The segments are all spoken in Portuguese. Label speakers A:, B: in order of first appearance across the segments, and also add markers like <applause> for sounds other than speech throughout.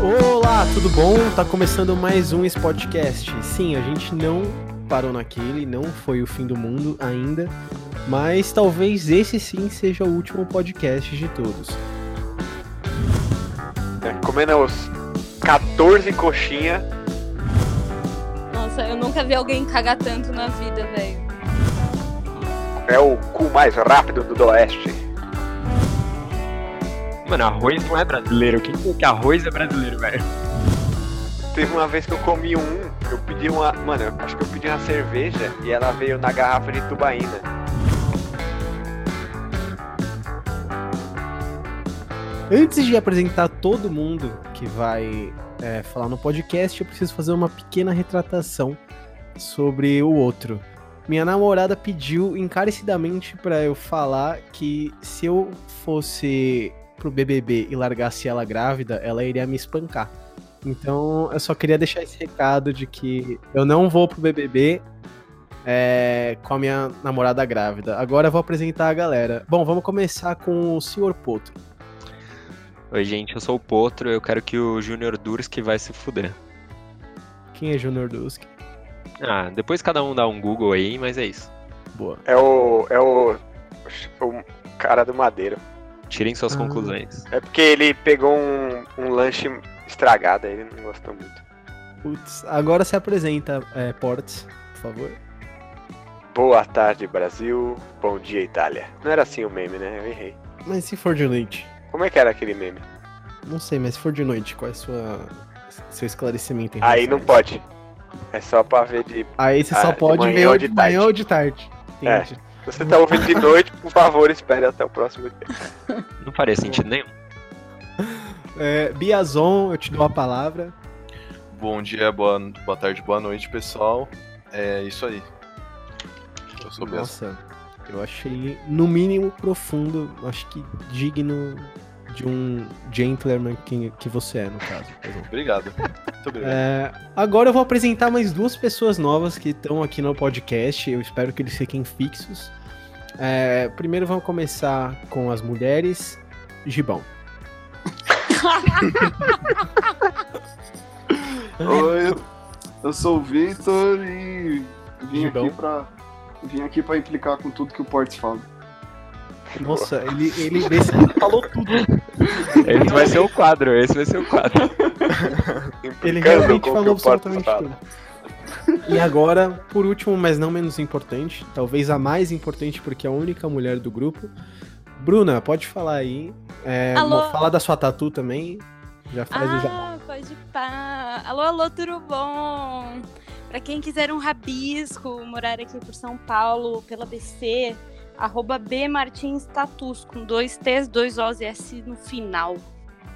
A: Olá, tudo bom? Tá começando mais um Spotcast. Sim, a gente não parou naquele, não foi o fim do mundo ainda, mas talvez esse sim seja o último podcast de todos.
B: né? comendo os 14 coxinha.
C: Nossa, eu nunca vi alguém cagar tanto na vida, velho.
B: É o cu mais rápido do Oeste.
D: Mano, arroz não é brasileiro. Quem falou que arroz é brasileiro, velho?
B: Teve uma vez que eu comi um, eu pedi uma. Mano, eu acho que eu pedi uma cerveja e ela veio na garrafa de tubaína.
A: Antes de apresentar todo mundo que vai é, falar no podcast, eu preciso fazer uma pequena retratação sobre o outro. Minha namorada pediu encarecidamente pra eu falar que se eu fosse pro BBB e largasse ela grávida, ela iria me espancar. Então eu só queria deixar esse recado de que eu não vou pro BBB é, com a minha namorada grávida. Agora eu vou apresentar a galera. Bom, vamos começar com o Sr. Potro.
D: Oi, gente, eu sou o Potro. Eu quero que o Junior Durski vai se fuder.
A: Quem é Junior Dusk?
D: Ah, depois cada um dá um Google aí, mas é isso.
A: Boa.
B: É o. É o. O um cara do madeiro.
D: Tirem suas
A: Ah.
D: conclusões.
B: É porque ele pegou um, um lanche estragado, aí ele não gostou muito.
A: Putz, agora se apresenta, é, Portes, por favor.
B: Boa tarde, Brasil. Bom dia, Itália. Não era assim o meme, né? Eu errei.
A: Mas se for de noite,
B: Como é que era aquele meme?
A: não sei, mas se for de noite, qual é a sua seu esclarecimento? em relação
B: Aí
A: a
B: não
A: isso?
B: pode. É só pra ver de.
A: Aí você
B: Ah,
A: só
B: de
A: pode
B: manhã
A: ver
B: ou
A: o
B: de
A: de manhã
B: tarde.
A: ou de tarde.
B: É.
A: Entendi.
B: Se você tá ouvindo de noite, por favor, espere até o próximo dia.
D: Não faria sentido nenhum.
A: É, Biazon, eu te dou a palavra.
E: Bom dia, boa, boa tarde, boa noite, pessoal. É isso aí. Eu sou o Bessa.
A: Nossa, eu achei no mínimo profundo, acho que digno de um gentleman que, que você é, no caso. Biazon.
E: Obrigado. Muito obrigado.
A: É, agora eu vou apresentar mais duas pessoas novas que estão aqui no podcast. Eu espero que eles fiquem fixos. É, primeiro vamos começar com as mulheres. Gibão. É.
F: Oi, eu sou o Victor e vim
A: Gibão.
F: aqui pra. Vim aqui pra implicar com tudo que o Portes fala.
A: Nossa, ele, ele desse- falou tudo.
D: Esse vai ser o quadro, esse vai ser o quadro.
A: Ele
B: Implicando
A: realmente
B: com o
A: falou
B: que o Porto
A: absolutamente
B: fala.
A: tudo. E agora, por último, mas não menos importante, talvez a mais importante porque é a única mulher do grupo. Bruna, pode falar aí. É,
C: Alô?
A: mo- Fala da sua tatu também. Já faz o já.
C: Ah, pode pá. Alô, alô, tudo bom? Pra quem quiser um rabisco, morar aqui por São Paulo, pela BC, arroba B Martins Tatus, com dois T's, dois O's e S no final.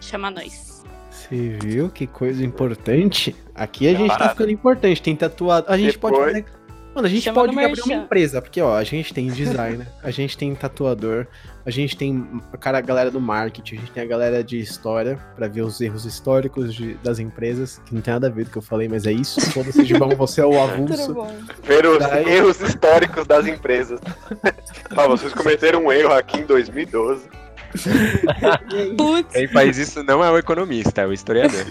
C: Chama nós.
A: Você viu que coisa importante? Aqui a gente tá
E: parada.
A: ficando importante, tem tatuado. A gente pode
B: Depois-
A: fazer. Mano, a gente
C: Chama
A: pode
C: no
A: abrir
C: merchan.
A: uma empresa, porque ó, a gente tem designer, a gente tem tatuador, a gente tem a cara a galera do marketing, a gente tem a galera de história pra ver os erros históricos de- das empresas, que não tem nada a ver com o que eu falei, mas é isso. Foda-se, Gibão, você é o
C: Tudo
A: avulso.
C: bom?
B: Ver os
A: Daí-
B: erros históricos
A: <laughs>
B: das empresas. Ah, vocês cometeram um erro aqui em 2012.
D: <laughs>
C: Putz,
D: Quem faz isso não é o economista, é o historiador.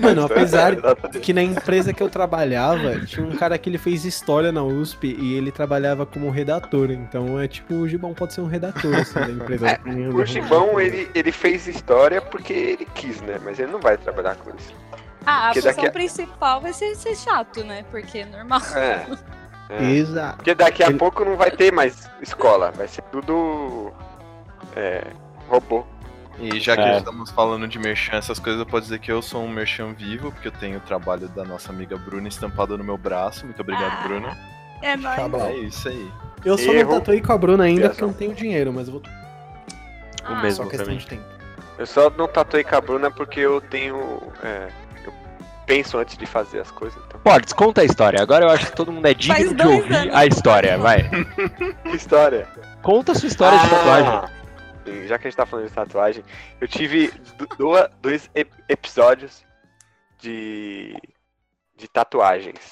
A: Mano, apesar
B: <laughs> É, Exatamente.
A: que na empresa que eu trabalhava, tinha um cara que ele fez história na USP e ele trabalhava como redator. Então é tipo, o Gibão pode ser um redator assim, da empresa.
B: É, O Gibão, ele, ele fez história porque ele quis, né? Mas ele não vai trabalhar com isso.
C: ah, a
B: Porque
C: função
B: daqui a-
C: principal vai ser, ser chato, né? Porque é normal.
B: É. É.
A: Exato.
B: Porque daqui a
A: Ele-
B: pouco não vai ter mais escola. Vai ser tudo. É, robô.
E: E já que
D: É.
E: estamos falando de merchan, essas coisas, eu posso dizer que eu sou um merchan vivo, porque eu tenho o trabalho da nossa amiga Bruna estampado no meu braço. Muito obrigado,
C: Ah.
E: Bruna.
C: É nóis.
E: É isso aí.
A: Eu só
B: Erro.
A: não tatuei com a Bruna ainda
B: Exato.
A: porque eu não tenho dinheiro, mas eu vou só
D: O
C: Ah,
D: mesmo pra
A: questão
D: mim.
A: de tempo.
B: Eu só não tatuei com a Bruna porque eu tenho. é, eu penso antes de fazer as coisas. Então.
D: <laughs> Portes, conta a história. Agora eu acho que todo mundo é digno de
C: dois
D: ouvir
C: anos.
D: a história, vai.
B: Que história?
D: Conta a sua história
C: Ah.
D: de tatuagem.
B: Sim, Já que a gente tá falando de tatuagem, eu tive du- doa- dois ep- episódios de, de tatuagens.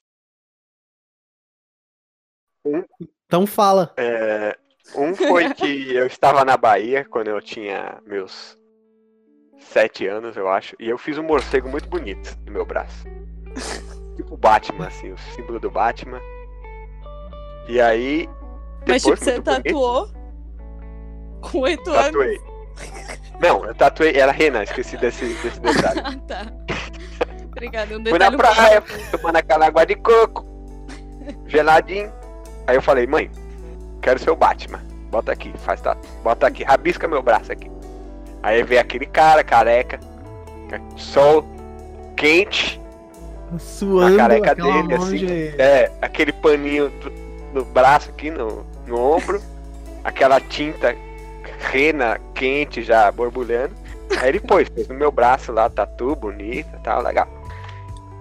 A: Então fala.
C: <laughs>
B: É, um foi que eu estava na Bahia quando eu tinha meus sete anos, eu acho. E eu fiz um morcego muito bonito no meu braço. tipo o
D: Uhum.
B: Batman, assim, o símbolo do Batman. E aí.
C: Mas tipo,
B: depois,
C: você
B: muito bonito,
C: tatuou com oito anos.
B: Tatuei. Não, eu tatuei. Era Rena, esqueci desse, desse detalhe.
C: Ah, tá. Obrigada, um
B: Fui na
C: detalhe
B: praia, tomando aquela água de coco, geladinho. Aí eu falei, mãe, quero ser o Batman. Bota aqui, faz tá, bota aqui, rabisca meu braço aqui. Aí veio aquele cara, careca, ca- sol quente,
A: Suando
B: careca
A: aquela
B: dele,
A: mão
B: assim,
A: de-
B: é, aquele paninho do- no braço aqui, no, no ombro, aquela tinta rena quente já borbulhando. Aí ele pôs, fez no meu braço lá, tatu bonita tal, legal.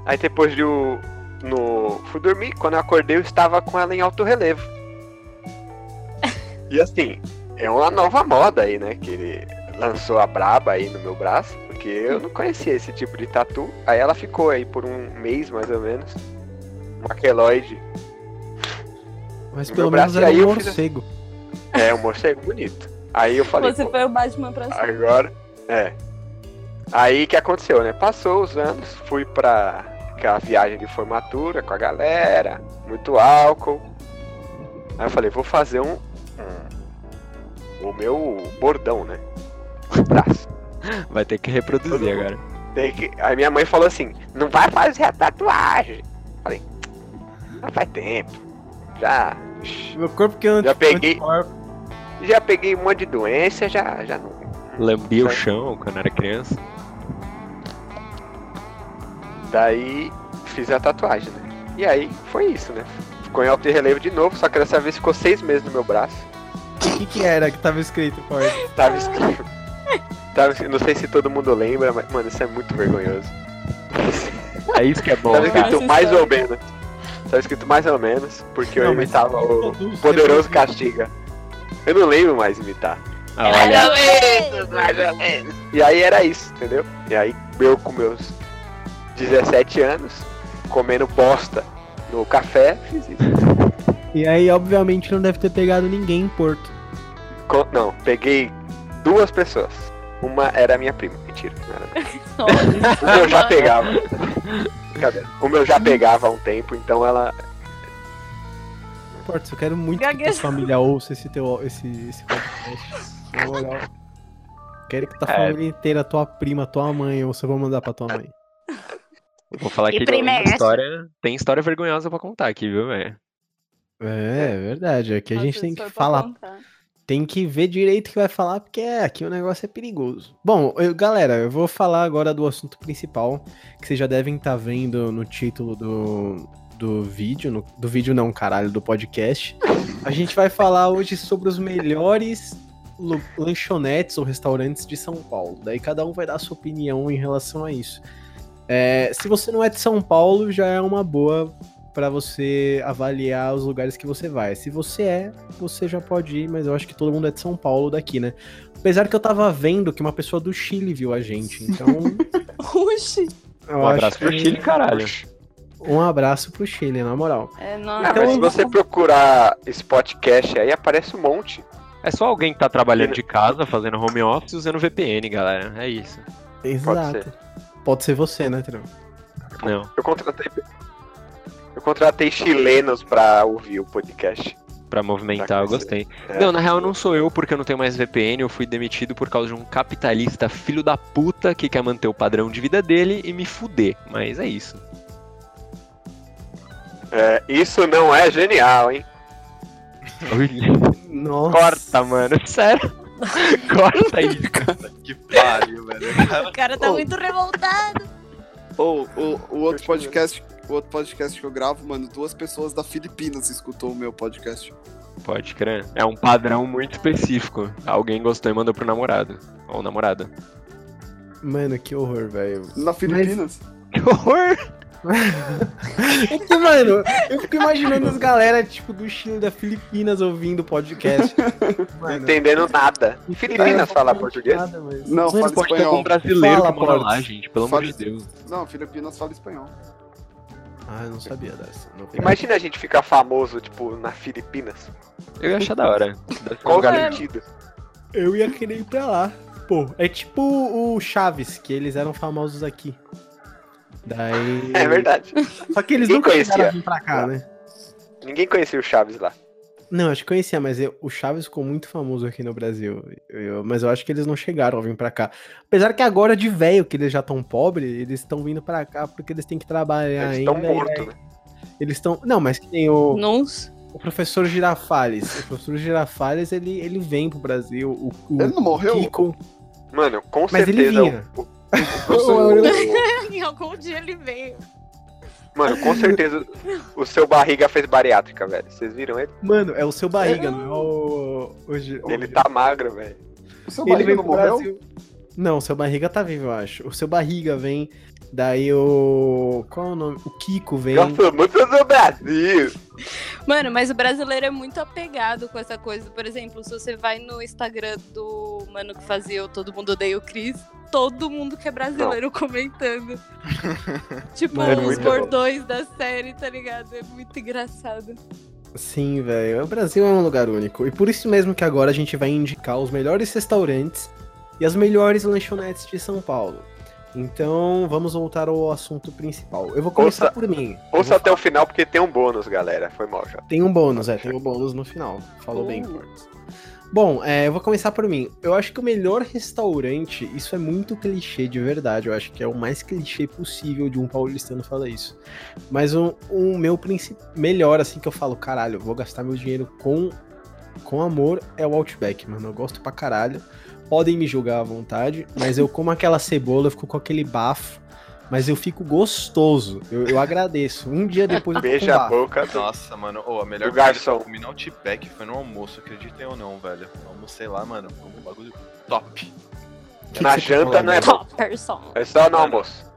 B: Aí depois de o. No, fui dormir, quando eu acordei eu estava com ela em alto relevo. E assim, é uma nova moda aí, né? Que ele lançou a braba aí no meu braço, porque eu não conhecia esse tipo de tatu. Aí ela ficou aí por um mês mais ou menos. Um aqueloide.
A: Mas
B: Meu
A: pelo
B: braço,
A: menos
B: e
A: era
B: aí
A: um
B: eu fiz
A: morcego.
B: É, um morcego bonito. Aí eu falei,
C: Você
B: "Pô,
C: foi o Batman pra cima.
B: agora. É. Aí que aconteceu, né? Passou os anos, fui pra aquela viagem de formatura com a galera, muito álcool. Aí eu falei, vou fazer um. um- o meu bordão, né? No braço.
D: Vai ter que reproduzir agora.
B: Daí que- aí minha mãe falou assim, não vai fazer a tatuagem. Falei, "Ah, faz tempo. Já.
A: Meu corpo que eu
B: assim. Já peguei.
A: anticorpo.
B: Já peguei um monte de doença, já, já não.
D: Lambia o
B: Certo.
D: chão quando era criança.
B: Daí fiz a tatuagem, né? E aí foi isso, né? Ficou em alto relevo de novo, só que dessa vez ficou seis meses no meu braço.
A: O que, que era que tava escrito, corpo?
B: Tava escrito. Tava escrito- Não sei se todo mundo lembra, mas, mano, isso é muito vergonhoso.
D: É isso que é bom,
B: Tava
D: cara.
B: escrito
C: essa
B: mais
C: história.
B: ou menos. Tava escrito mais ou menos, porque eu
A: Não, mas
B: imitava o
A: Reproduz,
B: Poderoso
A: reproduz.
B: Castiga. Eu não lembro mais imitar.
D: Ah, olha,
B: mais ou menos. E aí era isso, entendeu? E aí eu com meus 17 anos, comendo bosta no café, fiz isso.
A: E aí, obviamente, não deve ter pegado ninguém em Porto.
B: Co- Não, peguei duas pessoas. Uma era minha prima, mentira. Não era não. Uma eu já pegava. Cadê? Uma eu já pegava há um tempo, então ela.
A: Porto, eu quero muito que tua
C: Gaguejou.
A: família ouça esse teu esse, esse podcast. Na moral. Quero que tua
D: É.
A: família inteira, tua prima, tua mãe, ou você vai mandar pra tua mãe.
D: vou falar
C: E
D: que
C: primeira.
D: tem história, tem história vergonhosa pra contar aqui, viu, velho?
A: É, é verdade. É que a gente tem que
C: Nossa, isso foi pra
G: tá
A: falar
C: contar.
A: Tem que ver direito o que vai falar, porque é, aqui o negócio é perigoso. Bom, eu- galera, eu vou falar agora do assunto principal, que vocês já devem estar vendo no título do, do vídeo, no- do vídeo não, caralho, do podcast. A gente vai falar hoje sobre os melhores lu- lanchonetes ou restaurantes de São Paulo. Daí cada um vai dar a sua opinião em relação a isso. É, se você não é de São Paulo, já é uma boa para você avaliar os lugares que você vai. Se você é, você já pode ir, mas eu acho que todo mundo é de São Paulo daqui, né? Apesar que eu tava vendo que uma pessoa do Chile viu a gente, então.
C: Oxi.
A: eu
D: Um
A: acho
D: abraço pro
A: que-
D: Chile, caralho.
A: Um abraço pro Chile, na moral.
C: É, não,
B: Ah,
G: então
B: mas
A: Então,
B: se você procurar esse podcast aí, aparece um monte.
D: É só alguém que tá trabalhando de casa, fazendo home office, usando VPN, galera. É isso.
A: Exato. Pode
B: ser.
A: ser, você, né, Trão?
D: Não.
B: Eu contratei. Eu contratei chilenos pra ouvir o podcast.
D: Pra movimentar, eu gostei.
B: É.
D: Não, na real não sou eu porque eu não tenho mais VPN, eu fui demitido por causa de um capitalista filho da puta que quer manter o padrão de vida dele e me fuder. Mas é isso.
B: É, isso não é genial, hein?
A: Nossa.
D: <laughs> Corta, mano. <laughs> Sério. Corta aí.
E: Que pariu, velho. Cara,
C: O cara tá
F: Ô.
C: muito revoltado.
F: Ou o, o outro
B: te
F: podcast. O outro podcast que eu gravo, mano, duas pessoas da Filipinas escutou o meu podcast.
D: Pode crer. É um padrão muito específico. Alguém gostou e mandou pro namorado. Ou namorada.
A: Mano, que horror, velho.
F: Na Filipinas?
D: Que horror!
A: É que, mano, eu fico imaginando as galera, tipo, do Chile, da Filipinas ouvindo o podcast.
B: Não
A: Mano,
B: entendendo nada. Filipinas fala português?
A: nada, mas-
F: Não,
A: Mano,
F: fala
D: Pode ter
F: espanhol.
D: algum brasileiro
A: Fala,
D: que mora
A: Portes.
D: lá, gente. Pelo
F: Fala
D: amor de
F: isso.
D: Deus.
F: Não, Filipinas fala espanhol.
A: Ah, eu não sabia dessa. Não
B: Imagina a gente ficar famoso, tipo, na Filipinas.
D: Eu ia achar da hora.
B: Qual é? o
C: Lugar-
B: sentido?
A: Eu ia querer ir pra lá. Pô, é tipo o Chaves, que eles eram famosos aqui. Daí.
B: É <laughs> verdade.
A: Só que eles
B: Quem
A: nunca
B: conhecia?
A: chegaram a vir pra cá, né?
B: Ninguém conhecia o Chaves lá.
A: Não, acho que conhecia, mas eu- o Chaves ficou muito famoso aqui no Brasil. Eu- mas eu acho que eles não chegaram a vir pra cá. Apesar que agora de velho, que eles já estão pobres, eles estão vindo pra cá porque eles têm que trabalhar
B: Eles
A: ainda.
B: estão
A: e
B: mortos, né?
A: Eles estão. Não, mas que tem o,
C: Nuns.
A: o professor Girafales. O professor Girafales, ele, ele vem pro Brasil. O, o
F: Ele não morreu?
A: Kiko.
B: Mano, com
A: Mas ele
B: certeza. é
A: vinha.
B: o- o-
C: em algum dia ele veio.
B: Mano, com certeza o seu barriga fez bariátrica, velho. Vocês viram ele?
A: Mano, é o seu barriga, não é o. o Gi-
B: Ele tá magro, velho.
F: O seu
A: Ele
F: marido
A: vem
F: não
A: pro
F: morreu?
A: Brasil. Não, o seu barriga tá vivo, eu acho. O seu barriga vem. Daí o. Qual é o nome? O Kiko vem.
B: Eu sou muito do Brasil.
C: Mano, mas o brasileiro é muito apegado com essa coisa. Por exemplo, se você vai no Instagram do mano que fazia o Todo Mundo Odeia o Cris, todo mundo que é brasileiro
B: <laughs>
C: comentando. tipo,
A: Mano,
C: os
B: muito bom.
C: bordões da série, tá ligado? É muito engraçado.
A: Sim, velho. O Brasil é um lugar único. E por isso mesmo que agora a gente vai indicar os melhores restaurantes e as melhores lanchonetes de São Paulo. Então, vamos voltar ao assunto principal. Eu vou começar
B: Ouça-
A: por mim. Eu
B: Ouça
A: vou-
B: até o final porque tem um bônus, galera. Foi mal já.
A: Tem um bônus, é. Tem um bônus no final. Falou bem. Bom, é, eu vou começar por mim. Eu acho que o melhor restaurante, isso é muito clichê de verdade. Eu acho que é o mais clichê possível de um paulistano falar isso. Mas o, o meu princi- melhor, assim, que eu falo, caralho, eu vou gastar meu dinheiro com, com amor, é o Outback, mano. Eu gosto pra caralho. Podem me julgar à vontade, mas eu como aquela cebola, eu fico com aquele bafo. Mas eu fico gostoso. Eu, eu agradeço. Um dia depois eu tô com
B: Beija a
A: bafo.
B: boca. do-
E: Nossa, mano, ô, a melhor
B: O garçom.
E: eu comi no Outback foi no almoço, acreditem ou não, velho. Eu almocei lá, mano, foi um bagulho top.
A: Que que
B: Na
A: você tá
B: janta
A: falando?
B: não é bom.
C: Top person.
B: É só no almoço.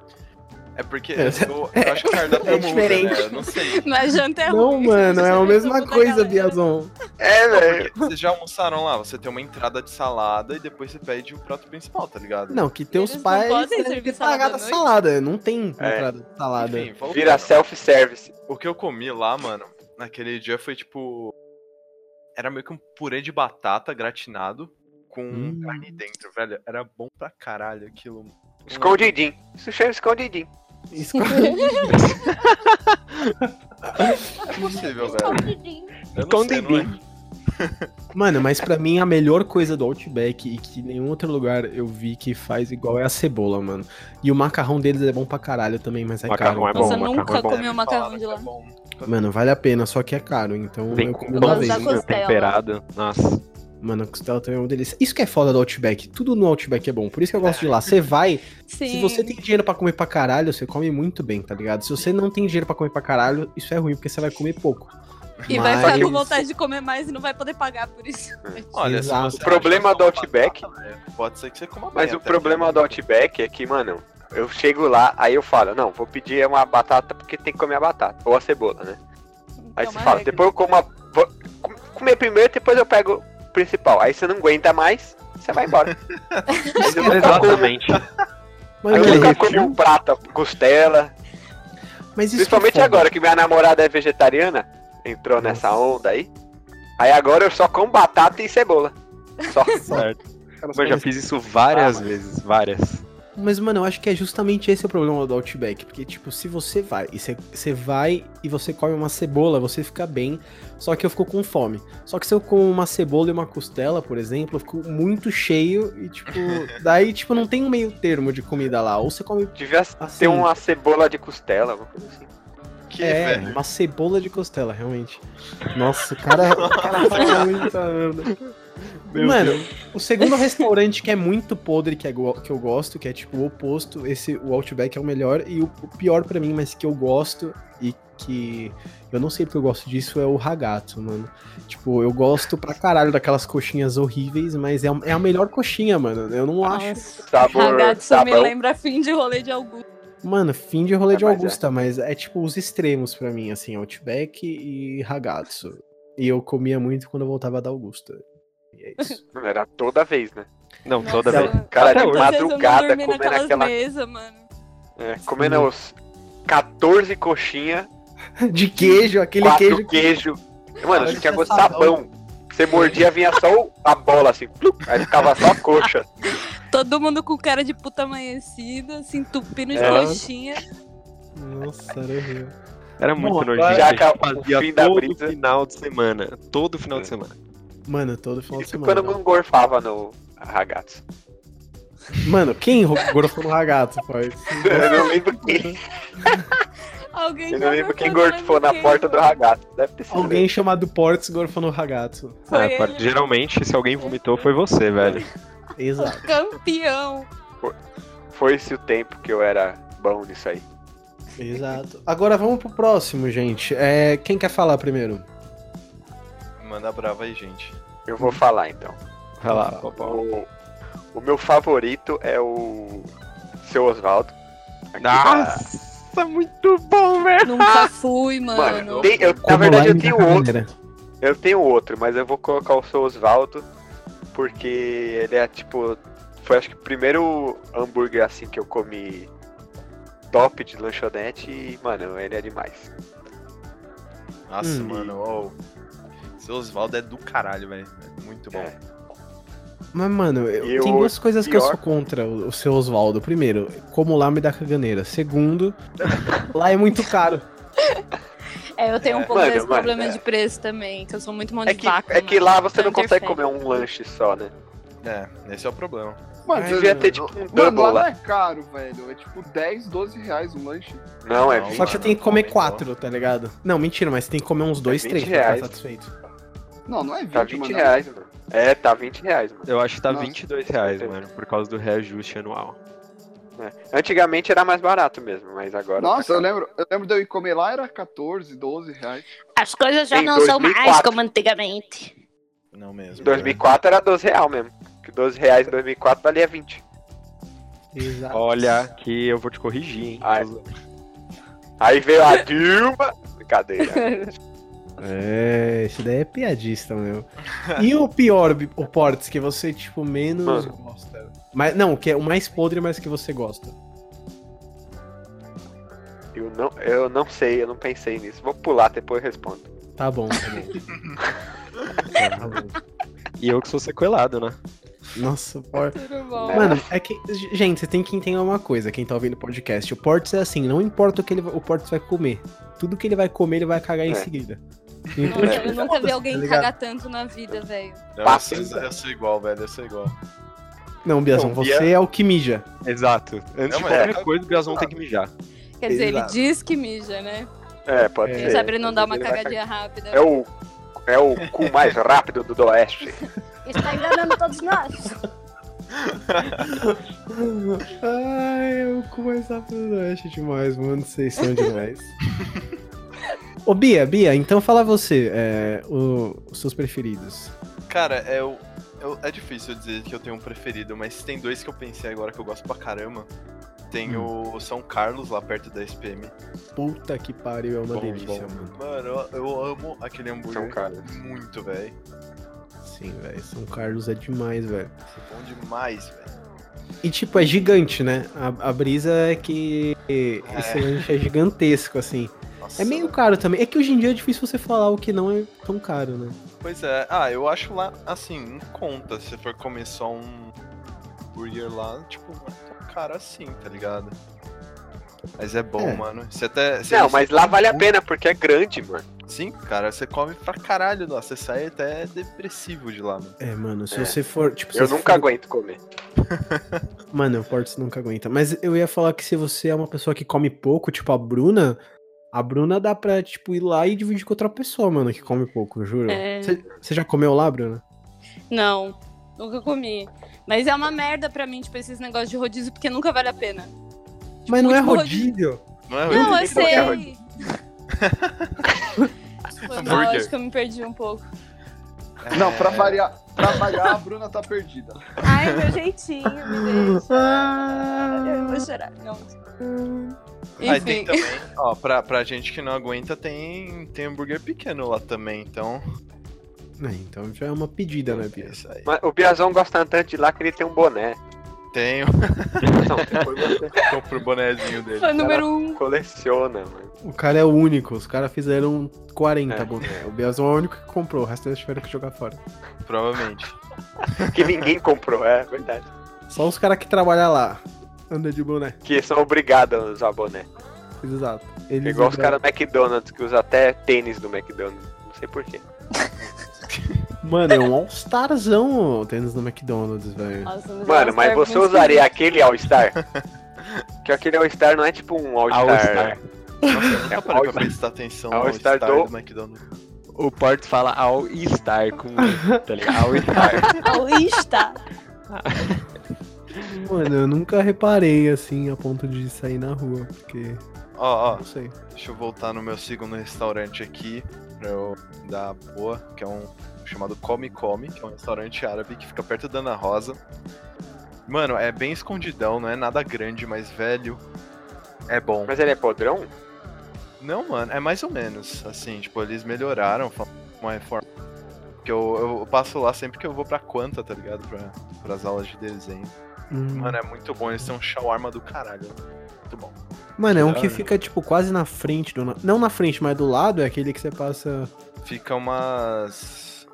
E: É porque
A: É,
E: eu, eu acho que cardápio
A: é
E: muda,
A: diferente.
E: né? Eu não sei.
C: Na janta é
A: Não,
C: ruim.
A: mano, é a
C: Muda
A: mesma
C: a
A: coisa,
C: galera.
A: Biazon.
B: É, velho.
E: Porque vocês já almoçaram lá, você tem uma entrada de salada e depois você pede o prato principal, tá ligado?
A: Não, que teus
C: Eles não
A: pais
C: podem
A: devem
C: servir
A: ter pagado a
C: salada à noite?
A: salada. né? Não tem
B: É.
A: entrada de salada. <laughs>
E: Enfim, voltando.
B: Vira self-service.
E: O que eu comi lá, mano, naquele dia foi tipo. Era meio que um purê de batata gratinado com
A: Hum.
E: carne dentro, velho. Era bom pra caralho aquilo.
B: Escondidinho. Isso chama escondidinho.
A: Isso-
E: É possível, velho. Eu não sei, não
D: Escondidinho.
E: é.
A: Mano, mas pra mim a melhor coisa do Outback e que nenhum outro lugar eu vi que faz igual é a cebola, mano. E o macarrão deles é bom pra caralho também, mas é
D: Macarrão
A: caro.
D: é
C: Nossa,
D: bom, macarrão
C: nunca
D: é bom.
C: comi um macarrão
E: Falaram
C: de
B: né?
E: que é
C: lá.
E: bom.
A: Mano, vale a pena, só que é caro. Então
D: Vem
A: eu
D: com
A: como uma
C: gosto
A: vez.
C: da
D: pãozinho
C: costela.
D: temperado. Nossa.
A: Mano, a costela também é uma delícia. Isso que é foda do Outback. Tudo no Outback é bom. Por isso que eu gosto de lá. Você vai,
C: Sim.
A: se você tem dinheiro pra comer pra caralho, você come muito bem, tá ligado? Se você não tem dinheiro pra comer pra caralho, isso é ruim, porque você vai comer pouco.
C: E vai
A: Mas-
C: ficar com vontade de comer mais e não vai poder pagar por isso.
E: Olha, se
A: Exato.
E: você
A: O
B: problema
E: acha que
B: do
E: só
B: Outback-
E: batata, velho, Pode ser que você coma
B: Mas
E: bem
B: o
A: tá
E: até.
B: problema do Outback é que, mano, eu chego lá, aí eu falo, não, vou pedir uma batata porque tem que comer a batata. Ou a cebola, né? Aí
C: É
B: você
C: uma
B: fala,
C: regra. né?
B: depois eu como a. Vou com- comer primeiro, depois eu pego o principal. Aí você não aguenta mais, você vai embora. Aí eu nunca como-
D: Exatamente.
B: aí
A: Mas,
B: eu
A: mano,
B: nunca como um prato, costela.
A: mas isso que é
B: Principalmente
A: foda.
B: agora que minha namorada é vegetariana, entrou nessa onda aí. Aí agora eu só como batata e cebola.
C: <laughs>
B: Só.
D: Certo.
F: Cara,
D: Eu já
F: mas-
D: fiz isso várias
B: Ah,
D: vezes, várias.
A: Mas, mano, eu acho que é justamente esse o problema do Outback. Porque, tipo, se você vai e você, você vai e você come uma cebola, você fica bem. Só que eu fico com fome. Só que se eu como uma cebola e uma costela, por exemplo, eu fico muito cheio e,
B: <laughs>
A: tipo, daí, tipo, não tem um meio termo de comida lá. Ou você come
B: Devia
A: assim.
B: ter uma cebola de costela, alguma coisa assim.
E: Que,
A: É,
E: velho.
A: uma cebola de costela, realmente. Nossa, o cara, o cara fala
E: <laughs>
A: muita merda.
D: Meu
A: Mano, o segundo restaurante que é muito podre que, é go- que eu gosto, que é tipo o oposto, esse o Outback é o melhor e o o pior pra mim, mas que eu gosto e que eu não sei porque eu gosto disso é o Ragato, mano. Tipo, eu gosto pra caralho daquelas coxinhas horríveis, mas é, a- é a melhor coxinha, mano. Eu não
G: Ah,
A: acho.
B: Sabor.
C: Ragazzo me
B: sabão.
C: lembra fim de rolê de Augusto.
A: Mano, fim de rolê
B: É,
A: de
B: mas é.
A: Augusta, mas é tipo os extremos pra mim, assim, Outback e Ragazzo. E eu comia muito quando eu voltava da Augusta. E é isso.
B: <laughs> Mano, Era toda vez, né?
D: Não, toda
A: Nossa.
D: vez.
B: Cara,
D: Até
B: de
D: hoje.
B: madrugada
C: eu não dormi
B: comendo
C: naquelas
B: aquela.
C: mesas, mano.
B: é, comendo os 14 coxinha,
A: De queijo, aquele
B: 4
A: queijo. que-
B: queijo. Mano,
A: Parece
B: você tinha gosto de
A: sabão. <laughs>
B: sabão. Você mordia, vinha só o- a bola assim, plup, aí ficava só a coxa.
C: Todo mundo com cara de puta amanhecida, se entupindo de
B: É.
C: coxinha.
A: Nossa, era horrível.
D: Era muito
A: Bom, agora-
D: nojento. a gente
B: Já acabou o
D: fazia
B: fim da
D: todo
B: brisa.
D: final de semana. Todo final de semana.
A: Mano, todo final de
B: Isso
A: semana.
B: Tipo, quando não gorfava no ragazzo.
A: Mano, quem ro- gorfou no ragato,
B: <laughs>
A: pai?
B: Eu não <laughs> lembro quem,
C: Alguém
B: eu
C: já
B: não lembro quem
C: perguntou, mas
B: gorfou na
C: quem
B: porta do
C: foi?
B: ragazzo. Deve ter sido
A: Alguém chamado Portes gorfou no ragato.
C: Foi
D: Ah,
C: ele,
D: par- Geralmente, se alguém vomitou, foi você, velho.
A: Exato.
C: Campeão.
B: Foi-se o tempo que eu era bom nisso aí.
A: Exato. Agora vamos pro próximo, gente. É, quem quer falar primeiro?
E: Manda brava aí, gente.
B: Eu
A: Hum.
B: vou falar então.
D: Vai lá, Popó.
B: O, o meu favorito é o seu Oswaldo. Aqui da-
D: Nossa, muito bom, velho.
C: Nunca fui, mano.
B: Mano, tem- eu-
A: é?
B: na verdade eu tenho outro.
A: Carreira.
B: Eu tenho outro, mas eu vou colocar o seu Oswaldo, porque ele é tipo. Foi acho que o primeiro hambúrguer assim que eu comi top de lanchonete e, mano, ele é demais.
E: Nossa,
A: Hum.
E: mano, ó. o Seu Osvaldo é do caralho, velho. É muito bom.
B: É.
A: Mas, mano, eu-
B: E
A: tem
B: o
A: duas coisas que eu
B: pior-
A: sou contra o, o seu Oswaldo. Primeiro, como lá me dá caganeira.
B: <laughs>
A: Segundo, lá é muito caro.
C: É, eu tenho um
E: É,
C: pouco
B: mano,
C: desse
B: mano,
C: problema
B: é.
C: de preço também, que eu sou muito mão de
B: É que,
C: vaca.
B: é que
C: mano.
B: lá você não
C: Então
B: consegue
C: interfere.
B: comer um lanche só, né?
E: É, esse é o problema.
A: Ai,
B: Devia
A: mano.
B: ter tipo um
F: Mano,
B: double
F: lá Ah, não
B: lá.
F: é caro, velho. É tipo 10, 12 reais um lanche.
B: Não, é
E: Não,
A: Só
B: 20.
A: que você
E: mano,
A: tem que comer
E: comem
A: quatro, tá ligado? Não, mentira, mas você tem que comer uns dois,
B: 20
A: três pra ficar
B: É reais.
A: satisfeito.
F: Não, não é 20,
B: Tá 20
F: mano.
B: reais, mano. É, tá 20 reais, mano.
D: Eu acho que tá
F: Nossa.
D: 22 reais, mano, por causa do reajuste anual.
B: É. Antigamente era mais barato mesmo, mas agora. tá
F: Nossa, eu lembro, eu lembro de eu ir comer lá, era 14, 12 reais.
C: As coisas já
B: Em
C: não são mais
B: 2004.
C: como antigamente.
E: Não mesmo.
B: Em 2004 era 12 real mesmo. Que 12 reais em 2004 valia 20.
F: Tá.
A: Exato.
D: Olha, que eu vou te corrigir, hein?
B: Ai. Aí veio
C: <laughs>
B: a Dilma. Brincadeira.
A: É, esse daí é piadista, meu. E o pior, Bi- o Portes, que você, tipo, menos
B: Mano.
A: gosta? Mas, não, que é o mais podre, mas que você gosta.
B: Eu não, eu não sei, eu não pensei nisso. Vou pular, depois eu respondo.
A: Tá bom, tá bom.
B: <laughs>
A: tá bom.
D: E eu que sou sequelado, né?
A: Nossa, Portes.
C: Tudo bom.
B: É.
A: Mano, é que, g- gente, você tem que entender uma coisa, quem tá ouvindo o podcast. O Portes é assim, não importa o que ele, o Portes vai comer. Tudo que ele vai comer, ele vai cagar em
B: É.
A: seguida. Então,
C: Nossa,
B: É.
C: eu nunca vi
A: tá
C: alguém
G: Tá
C: cagar tanto na vida, velho.
E: Não, eu,
B: Passa.
E: sou, eu sou igual, velho. Eu sou igual.
A: Não, Biazão,
D: Não,
A: você é o que mija.
D: Exato. Antes
E: Não,
D: de
E: mas
D: qualquer
E: é.
D: coisa, o Biazão tem que mijar.
C: Quer dizer, ele
A: Exato.
C: diz que mija, né?
B: É, pode
A: É.
B: ser.
C: Quem sabe ele não dá uma
B: Ele vai
C: cagadinha rápida.
B: cagar. É o, é o cu mais rápido do <laughs> Oeste.
C: Está enganando todos nós.
A: Ai, eu começar pelo Oeste demais, mano. Vocês são demais. Ô, Bia, Bia, então fala você, é, o- os seus preferidos.
E: Cara, é o. eu- é difícil eu dizer que eu tenho um preferido, mas tem dois que eu pensei agora que eu gosto pra caramba. Tem o São Carlos, lá perto da SPM.
A: Puta que pariu, é uma
E: Bom,
A: delícia,
E: bom.
A: mano.
E: Mano, eu, eu amo aquele
B: São
E: hambúrguer
B: caras.
E: muito, velho.
A: Sim, velho. São Carlos é demais, velho.
E: Bom demais, velho.
A: E, tipo, é gigante, né? A, a brisa é que esse lanche é gigantesco, assim.
E: Nossa,
A: É meio
E: velho.
A: caro também. É que hoje em dia é difícil você falar o que não é tão caro, né?
E: Pois é. Ah, eu acho lá, assim, em conta. Se for comer só um hambúrguer lá, tipo, não é tão caro assim, tá ligado? Mas é bom,
A: É.
E: mano. Você até. você-
B: Não, mas lá vale a pena, porque é grande, mano.
E: Sim, cara, você come pra caralho lá. Você sai até depressivo de lá, mano.
A: É, mano, se
B: É.
A: você for. Tipo, se
B: Eu
A: você
B: nunca
A: for-
B: aguento comer.
A: Mano, o Portis nunca aguenta. Mas eu ia falar que se você é uma pessoa que come pouco, tipo a Bruna, a Bruna dá pra, tipo, ir lá e dividir com outra pessoa, mano, que come pouco, juro.
C: É.
A: Você você já comeu lá, Bruna?
C: Não, nunca comi. Mas é uma merda pra mim, tipo, esses negócios de rodízio, porque nunca vale a pena.
A: Mas não é
C: Tipo, muito
A: rodízio.
E: Não é
C: Não, eu
B: entendi qual que é
C: sei. <laughs> Foi mal,
E: Hambúrguer.
C: acho que eu me perdi um pouco.
F: Não, pra
E: É.
F: variar, pra variar, a Bruna tá perdida.
C: Ai, meu jeitinho, me deixa. Eu vou chorar. Não.
E: Aí tem
C: Enfim,
E: também, ó, pra, pra gente que não aguenta, tem, tem hambúrguer pequeno lá também, então.
A: É, então já é uma pedida, né, Bia?
E: Isso aí.
B: Mas o Biazão gosta tanto de lá que ele tem um boné.
E: Tem, <laughs>
B: Não, depois você <laughs>
E: compra o bonezinho dele.
C: foi o número um.
B: coleciona, mano.
A: O cara é o único, os caras fizeram 40
B: É.
A: boné. O Biazão é o único que comprou, o resto eles tiveram que jogar fora.
E: Provavelmente.
B: Que ninguém comprou, é verdade.
A: Só os caras que trabalham lá. Anda de boné.
B: Que são obrigados a usar boné.
A: Exato.
B: É
A: Eles
B: igual os
A: andam-
B: caras do McDonald's, que usam até tênis do McDonald's. Não sei porquê.
A: Mano, é um all-starzão o tênis do McDonald's,
G: Ah,
A: velho.
C: Nossa, mas
B: Mano,
C: All-Star
B: mas
C: muito
B: você
C: <laughs>
B: usaria
C: esquisito.
B: aquele All-Star? que aquele All-Star não é tipo um All-Star.
D: All-Star.
E: Nossa, eu nunca parei
B: All-Star.
E: pra prestar atenção
B: All
E: ao
B: Star
E: Star
B: do-
E: do... McDonald's.
D: O Porto fala All Star com. Tá ligado? All
E: <laughs>
D: Star.
C: Ao Insta.
A: Mano, eu nunca reparei assim a ponto de sair na rua, porque.
E: Ó, ó,
A: Não sei.
E: deixa eu voltar no meu segundo restaurante aqui, pra eu dar boa, que é um chamado Come Come, que é um restaurante árabe que fica perto da Ana Rosa. Mano, é bem escondidão, não é nada grande, mas velho. É bom.
B: Mas ele é podrão?
E: Não, mano, é mais ou menos. Assim, tipo, eles melhoraram fa- uma reforma. Que eu, eu passo lá sempre que eu vou pra Quanta, tá ligado? Pra, pras aulas de desenho.
A: Hum.
E: Mano, é muito bom. Eles têm um shawarma do caralho. né? Muito bom.
A: Mano, é um que
E: Cara.
A: fica, tipo, quase na frente do. Não na frente, mas do lado, é aquele que você passa.
E: Fica umas.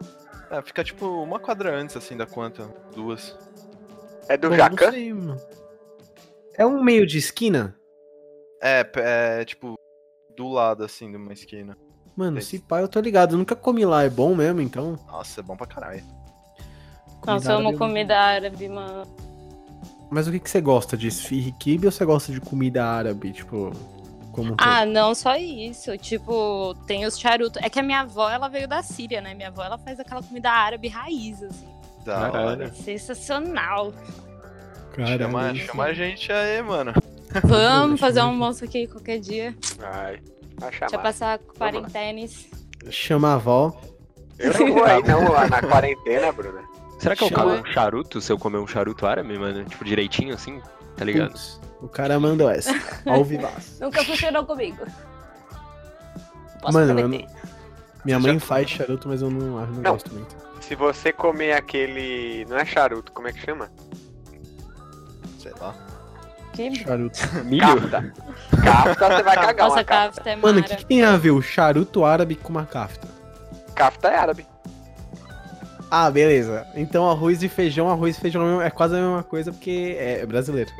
E: É, fica tipo uma quadra antes, assim, da Quanta. Duas.
B: É do
A: Bom,
B: Jacan?
A: não sei, mano. É um meio de esquina?
E: É, pe- é tipo do lado, assim, de uma esquina.
A: Mano,
E: Sei.
A: se pá, eu tô ligado. Eu nunca comi lá, é bom mesmo, então.
E: Nossa, é bom pra caralho.
C: Nossa, eu
A: árabe
C: amo
A: não-
C: comida árabe, mano.
A: Mas o que, que você gosta? De esfirre kibe ou você gosta de comida árabe? Tipo, como um
C: Ah, não, só isso. Tipo, tem os charutos. É que a minha avó, ela veio da Síria, né? Minha avó, ela faz aquela comida árabe
B: <laughs>
C: raiz, assim.
E: Da hora.
D: Caralho.
C: Sensacional.
A: todo?
E: Chama,
A: Caralho.
E: chama a gente aí, mano.
B: Tá
C: Vamos fazer um
A: muito.
C: almoço aqui qualquer dia.
B: Ai, vai
C: Deixa eu
B: chamar.
C: passar a quarentênis.
A: Chama a avó.
B: Eu não vou aí não, lá na quarentena, Bruna.
D: Será que eu
A: Chama-
D: cago um charuto se eu comer um charuto árabe, mano? Tipo, direitinho assim? Tá ligado?
A: Putz, o cara mandou
C: <laughs>
A: essa. Ao vivaço.
C: Nunca funcionou comigo. Posso
A: Mano,
C: prometer.
A: Minha
E: Você já
A: mãe faz charuto, mas eu não, eu não
B: Não.
A: gosto muito.
B: Se você comer aquele. Não é charuto, como é que chama?
E: Sei lá.
C: Que... <laughs>
A: Charuto.
D: Milho?
B: Capta. Capta, você vai cagar
C: Nossa,
B: uma capta.
C: Kafta é
A: Mano,
C: mara.
A: o que, que tem a ver o charuto árabe com uma kafta?
B: Capta é árabe.
A: Ah, beleza. Então arroz e feijão, arroz e feijão é quase a mesma coisa porque é brasileiro.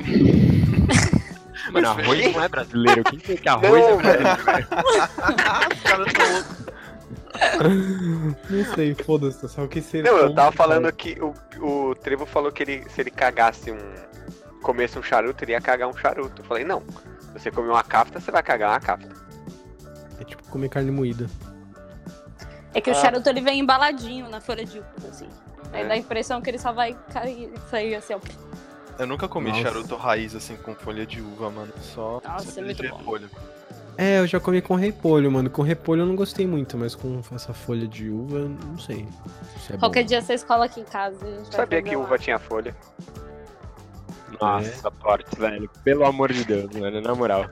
D: Mano, arroz não é brasileiro. Quem
E: <laughs>
D: que que arroz
B: Não,
D: é brasileiro?
A: Não sei, foda-se, só que é se
B: Não, eu tava falando que o, o Trevo falou que ele, se ele cagasse um. comesse um charuto, ele ia cagar um charuto. Eu falei, não. Se você comer uma capta, você vai cagar uma capta.
A: É tipo comer carne moída.
C: É que o
B: Ah.
C: charuto ele vem embaladinho na folha de uva, assim. Aí
B: É.
C: dá a impressão que ele só vai cair, sair
A: É
C: assim, ó.
E: Eu nunca comi
A: Nossa.
E: charuto raiz, assim, com folha de uva, mano. Só.
C: Nossa,
E: só
C: é muito
E: de
C: bom.
E: repolho.
A: É, eu já comi com repolho, mano. Com repolho eu não gostei muito, mas com essa folha de uva, eu não sei. se é bom.
C: Qualquer dia você escola aqui em casa. e A gente vai
B: Sabia
C: fazer
B: que
C: lá.
B: uva tinha folha.
D: Nossa, Porto,
B: né?
D: velho. Pelo amor de Deus, mano. Na moral.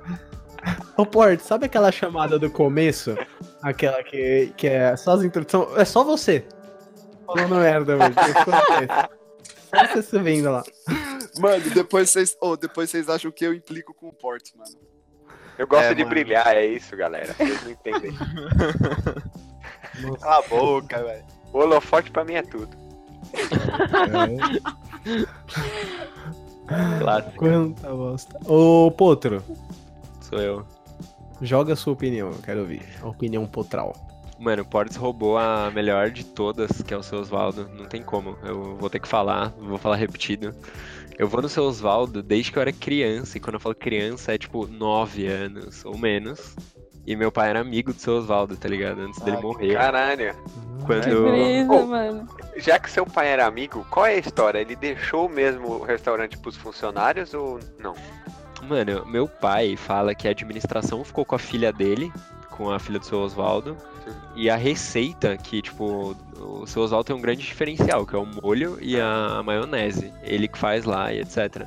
A: Ô, Porto, sabe aquela chamada do começo? Aquela que, que é só as introduções. É só você. Falando merda, velho. Só você subindo lá.
F: Mano, depois vocês. Ô, depois vocês acham que eu implico com o Porto, mano.
B: Eu gosto
E: É,
B: de
E: mano.
B: brilhar, é isso, galera. Vocês não entendem.
A: Nossa,
E: Cala a boca, velho.
B: o holofote pra mim é tudo.
A: cara.
D: É. Clássico.
A: Quanta bosta. Ô, Potro,
D: Sou eu.
A: joga a sua opinião, eu quero ouvir. A opinião potral.
D: Mano, o Portes roubou a melhor de todas, que é o seu Osvaldo. Não tem como. Eu vou ter que falar, vou falar repetido. Eu vou no seu Osvaldo desde que eu era criança. E quando eu falo criança, é tipo 9 anos ou menos. E meu pai era amigo do seu Osvaldo, tá ligado? Antes dele
E: Ah,
D: morrer.
B: Caralho.
C: Que
D: quando.
C: brisa,
B: Oh.
C: mano.
B: Já que seu pai era amigo, qual é a história? Ele deixou mesmo o restaurante pros funcionários ou não?
D: Mano, meu pai fala que a administração ficou com a filha dele, com a filha do seu Oswaldo.
B: Sim.
D: E a receita, que, tipo, o seu Oswaldo tem um grande diferencial, que é o molho e a, a maionese. Ele que faz lá e etc.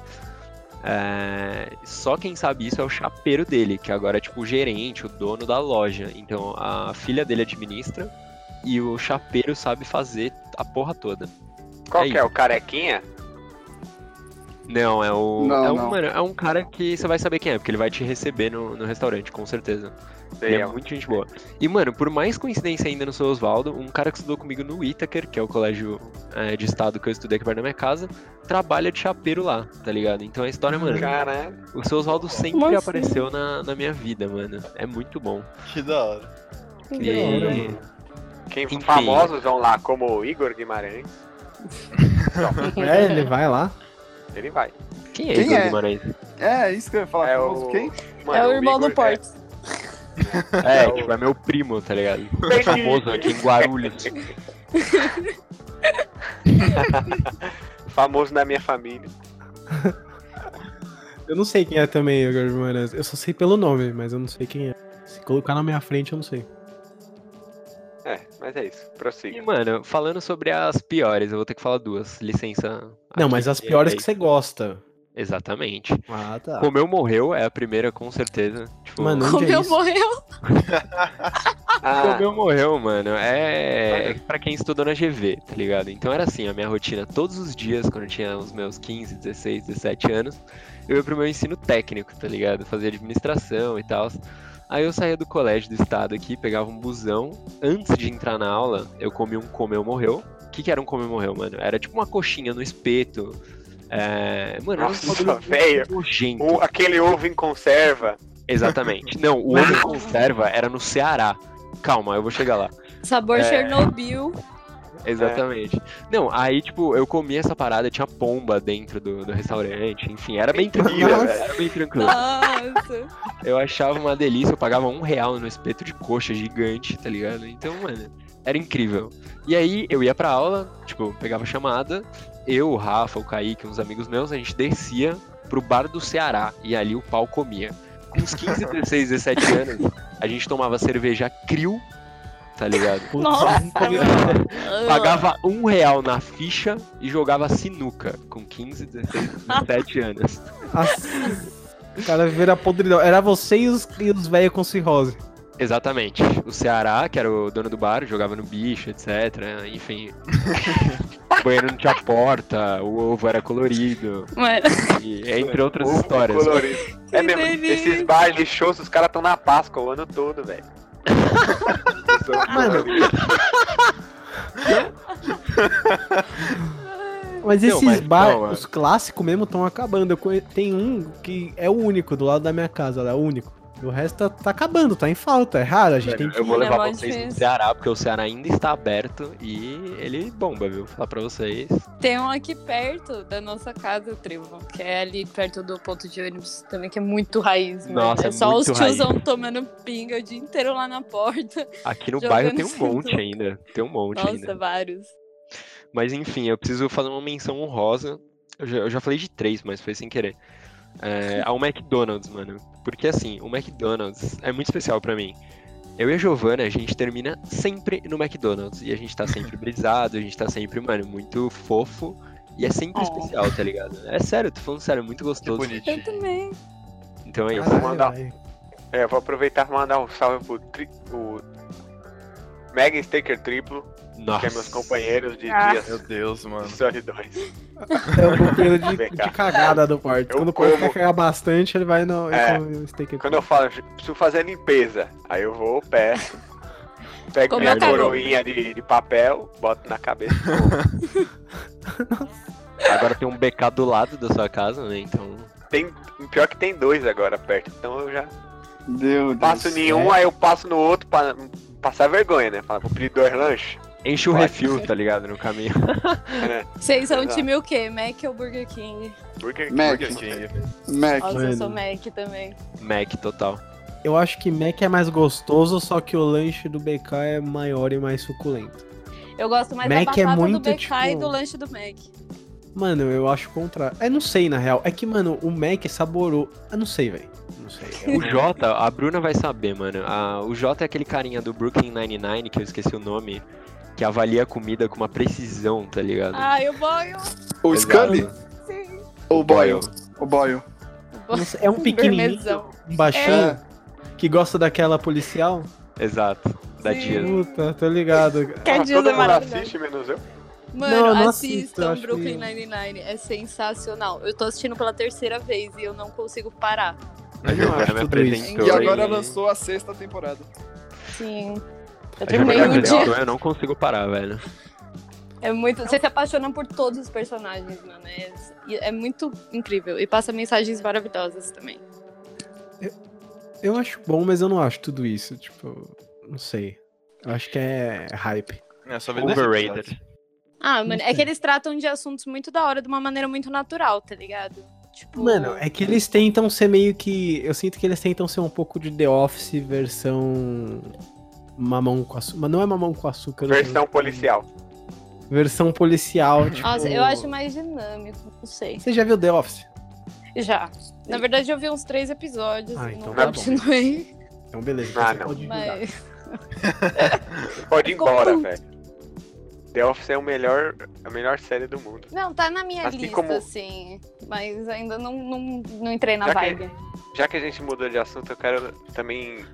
D: É, só quem sabe isso é o chapeiro dele, que agora é tipo o gerente, o dono da loja. Então a filha dele administra e o chapeiro sabe fazer a porra toda.
B: Qual
D: É
B: que é? O carequinha?
D: Não, é o.
F: Não,
D: é, um,
F: não.
D: mano, é um cara que você vai saber quem é, porque ele vai te receber no, no restaurante, com certeza. Ele é muito gente boa. E, mano, por mais coincidência ainda no seu Oswaldo, um cara que estudou comigo no Itaker, que é o colégio eh, de estado que eu estudei aqui perto da minha casa, trabalha de chapeiro lá, tá ligado? Então a história,
B: um
D: mano,
B: Caralho.
D: o seu Oswaldo sempre
C: Nossa.
D: apareceu na, na minha vida, mano. É muito bom.
E: Que da hora.
D: E-
B: Quem
D: Enfim.
B: famosos vão lá, como o Igor Guimarães,
A: É, ele vai lá.
B: ele vai.
D: Quem é
F: Quem
D: Igor
F: é?
D: Guimarães?
F: É, isso que eu ia falar.
B: É
F: famoso
B: o-
F: quem?
C: é o irmão
B: Igor
C: do Portes.
D: É,
B: É o-
D: tipo, é meu primo, tá ligado? Famoso aqui em Guarulhos.
B: É famoso na minha família.
A: Eu não sei quem é também, Igor Guimarães. Eu só sei pelo nome, mas eu não sei quem é. Se colocar na minha frente, eu não sei.
B: É, mas é isso.
C: <laughs>
D: E,
B: Prossiga.
D: mano, falando sobre as piores, eu vou ter que falar duas, licença.
A: Não,
D: aqui,
A: mas as piores
D: é-
A: que você gosta.
D: Exatamente.
A: Ah, tá.
D: Comeu morreu é a primeira, com certeza. Tipo,
A: Mano, Onde é
C: Comeu,
A: isso?
C: morreu.
B: Ah,
D: Comeu morreu, mano. É é pra quem estudou na GV, tá ligado? Então era assim, a minha rotina todos os dias, quando eu tinha os meus 15, 16, 17 anos, eu ia pro meu ensino técnico, tá ligado? Fazia administração e tal. Aí eu saía do colégio do estado aqui, pegava um busão. Antes de entrar na aula, eu comi um comeu morreu. O que, que era um comeu morreu, mano? Era tipo uma coxinha no espeto. É... Mano, era um
B: Nossa,
D: bagulho
B: velho.
D: nojento.
B: o- aquele ovo em conserva.
D: Exatamente.
B: <laughs>
D: Não, o homem conserva era no Ceará. Calma, eu vou chegar lá.
C: Sabor
D: É.
C: Chernobyl.
D: Exatamente. Não, aí, tipo, eu comi essa parada, tinha pomba dentro do, do restaurante, enfim, era bem tranquilo,
B: Nossa.
D: velho, era bem tranquilo.
C: Nossa.
D: Eu achava uma delícia, eu pagava um real no espeto de coxa gigante, tá ligado? Então, mano, era incrível. E aí, eu ia pra aula, tipo, pegava chamada, eu, o Rafa, o Kaique, uns amigos meus, a gente descia pro bar do Ceará, e ali o pau comia. Com uns 15, 16, 17 anos, a gente tomava cerveja crio, tá ligado?
A: Putz, um
C: Nossa.
A: não comi-
D: Pagava um real na ficha e jogava sinuca com 15,
C: <laughs>
D: 16, 17 anos.
A: Nossa. O cara vira podridão. Era você e os, e os velhos com cirrose.
D: Exatamente. O Ceará, que era o dono do bar, jogava no bicho, etc. né?
C: <laughs>
D: Enfim. o banheiro não tinha porta, o ovo era colorido,
C: Mano,
D: e entre outras
B: ovo
D: histórias.
B: colorido.
C: que
B: É mesmo,
C: delícia.
B: esses bares lixosos, os caras estão na Páscoa o ano todo, velho. Os ovos coloridos.
A: Mas
D: Não,
A: esses
D: mas
A: bar,
D: calma.
A: os clássicos mesmo, estão acabando. Eu conhe- Tem um que é o único do lado da minha casa, é o único. O resto tá, tá acabando, tá em falta. É raro, a gente tem que.
D: Eu vou levar
C: Memória
D: vocês
A: é
C: difícil.
D: no Ceará, porque o Ceará ainda está aberto e ele bomba, viu? Vou falar pra vocês.
C: Tem um aqui perto da nossa casa, o Trivo, que é ali perto do ponto de ônibus também, que é muito raiz, mano.
D: Nossa,
C: é
D: é
C: só
D: muito
C: os tiozão tomando pinga o dia inteiro lá na porta.
D: Aqui no
C: Jogando
D: bairro tem um
C: sinuca.
D: monte ainda. Tem um monte
C: Nossa,
D: ainda.
C: vários.
D: Mas enfim, eu preciso fazer uma menção honrosa. Eu já, eu já falei de três, mas foi sem querer.
B: <laughs>
D: É, ao McDonald's, mano. Porque assim, o McDonald's é muito especial pra mim. Eu e a Giovana, a gente termina sempre no McDonald's. E a gente
B: <laughs>
D: tá sempre brisado, a gente tá sempre, mano, muito fofo. E é sempre
C: Oh.
D: especial, tá ligado? É sério, tô falando sério, é muito
E: Que
D: gostoso.
E: bonitinho.
C: Eu também.
D: Então
B: Ah,
D: é isso.
A: Caralho,
B: mandar-
A: velho.
B: É, eu vou aproveitar e mandar um salve pro tri... o Mega Staker Triplo, que
D: Nossa.
B: é meus companheiros de
C: Ah.
B: dias
E: Meu Deus, mano.
B: de solidões.
A: É o companheiro de,
B: Vem cá.
A: de cagada do porte.
B: Eu
A: Quando o porte
B: como.
A: vai cagar bastante, ele vai no.
B: É.
A: no steak and
B: Quando eu falo, "Ju, preciso fazer limpeza, aí eu vou, peço. Pego
C: Como
B: minha
D: eu cago.
B: coroinha de, de papel, boto na cabeça.
D: Agora tem um BK do lado da sua casa, né? Então.
B: Tem, pior é que tem dois agora perto, então eu já
F: Deus.
B: passo em um,
D: é.
B: aí eu passo no outro pra não passar vergonha, né? Fala, vou pedir dois lanches.
D: Enche o
B: Vai.
D: refil, tá ligado? No caminho.
C: Vocês são
B: Exato.
C: time o quê? Mac ou Burger King?
B: Burger King.
F: Mac.
B: Burger King.
E: King.
F: Mac.
C: Nossa, eu sou
A: Mano.
C: Mac também.
D: Mac total.
A: Eu acho que Mac é mais gostoso, só que o lanche do BK é maior e mais suculento.
C: Eu gosto mais da
A: Mac é
C: batata do
A: muito,
C: BK e
A: tipo-
C: do lanche do Mac.
A: Mano, eu acho o contrário. É, não sei, na real. É que, mano, o Mac saborou. Eu não sei, velho. Não sei. É um
D: O Jota, a Bruna vai saber, mano. A- o Jota é aquele carinha do Brooklyn Nine-Nine, que eu esqueci o nome, que avalia a comida com uma precisão, tá ligado?
C: Ah, eu boio.
F: O
D: Exato.
F: Scully?
C: Sim.
F: Ou o Boyle? O Boyle.
C: eu boio.
A: <laughs> Nossa, é um pequenininho,
C: Gourmetzão.
A: um baixinho, que gosta daquela policial.
D: Exato. Da
C: Sim.
D: Dias.
A: Puta, tô ligado.
C: Que
B: Ah,
C: diz é
B: todo mundo
C: maravilhoso.
B: assiste, menos eu.
A: Não, eu
G: Mano,
A: não assisto, eu
G: assistam
A: acho que-
G: Brooklyn Nine-Nine. É sensacional. Eu tô assistindo pela terceira vez e eu não consigo parar.
A: Eu não acho
D: me
A: tudo isso.
D: apresentou
H: E agora
D: aí.
H: lançou a sexta temporada.
A: É
G: Sim. Eu
D: Acho que
G: terminei
D: Gabriel
G: um dia.
D: Gabriel, Eu não consigo parar, velho.
G: É muito. Você se apaixona por todos os personagens, mano. É, e é muito incrível. E passa mensagens maravilhosas também.
A: Eu acho bom, mas eu não acho tudo isso. Tipo, não sei. Eu acho que é hype.
E: É, só ver dois episódios.
D: Overrated.
G: Ah, mano, é
A: Entendi.
G: que eles tratam de assuntos muito da hora de uma maneira muito natural, tá ligado? Tipo.
A: Mano, é que eles tentam ser meio que. Eu sinto que eles tentam ser um pouco de The Office versão. Mamão com açúcar. Mas não é mamão com açúcar. não.
B: Versão policial.
A: Versão policial. Tipo...
G: Nossa, eu acho mais dinâmico, não sei.
A: Você já viu The Office?
G: Já. Na verdade, eu vi uns três episódios.
A: Ah,
G: e
A: então
G: não
A: tá bom.
G: continuei,
A: Então, beleza.
B: Ah,
A: você
B: não.
A: pode julgar.
G: mas.
B: Pode ir
G: Ficou
B: embora,
G: puto.
B: velho. The Office é o melhor, a melhor série do mundo.
G: Não, tá na minha
B: Assim
G: lista,
B: como-
G: assim. Mas ainda não, não, não entrei na
B: Já que-
G: vibe.
B: Já que a gente mudou de assunto, eu quero também.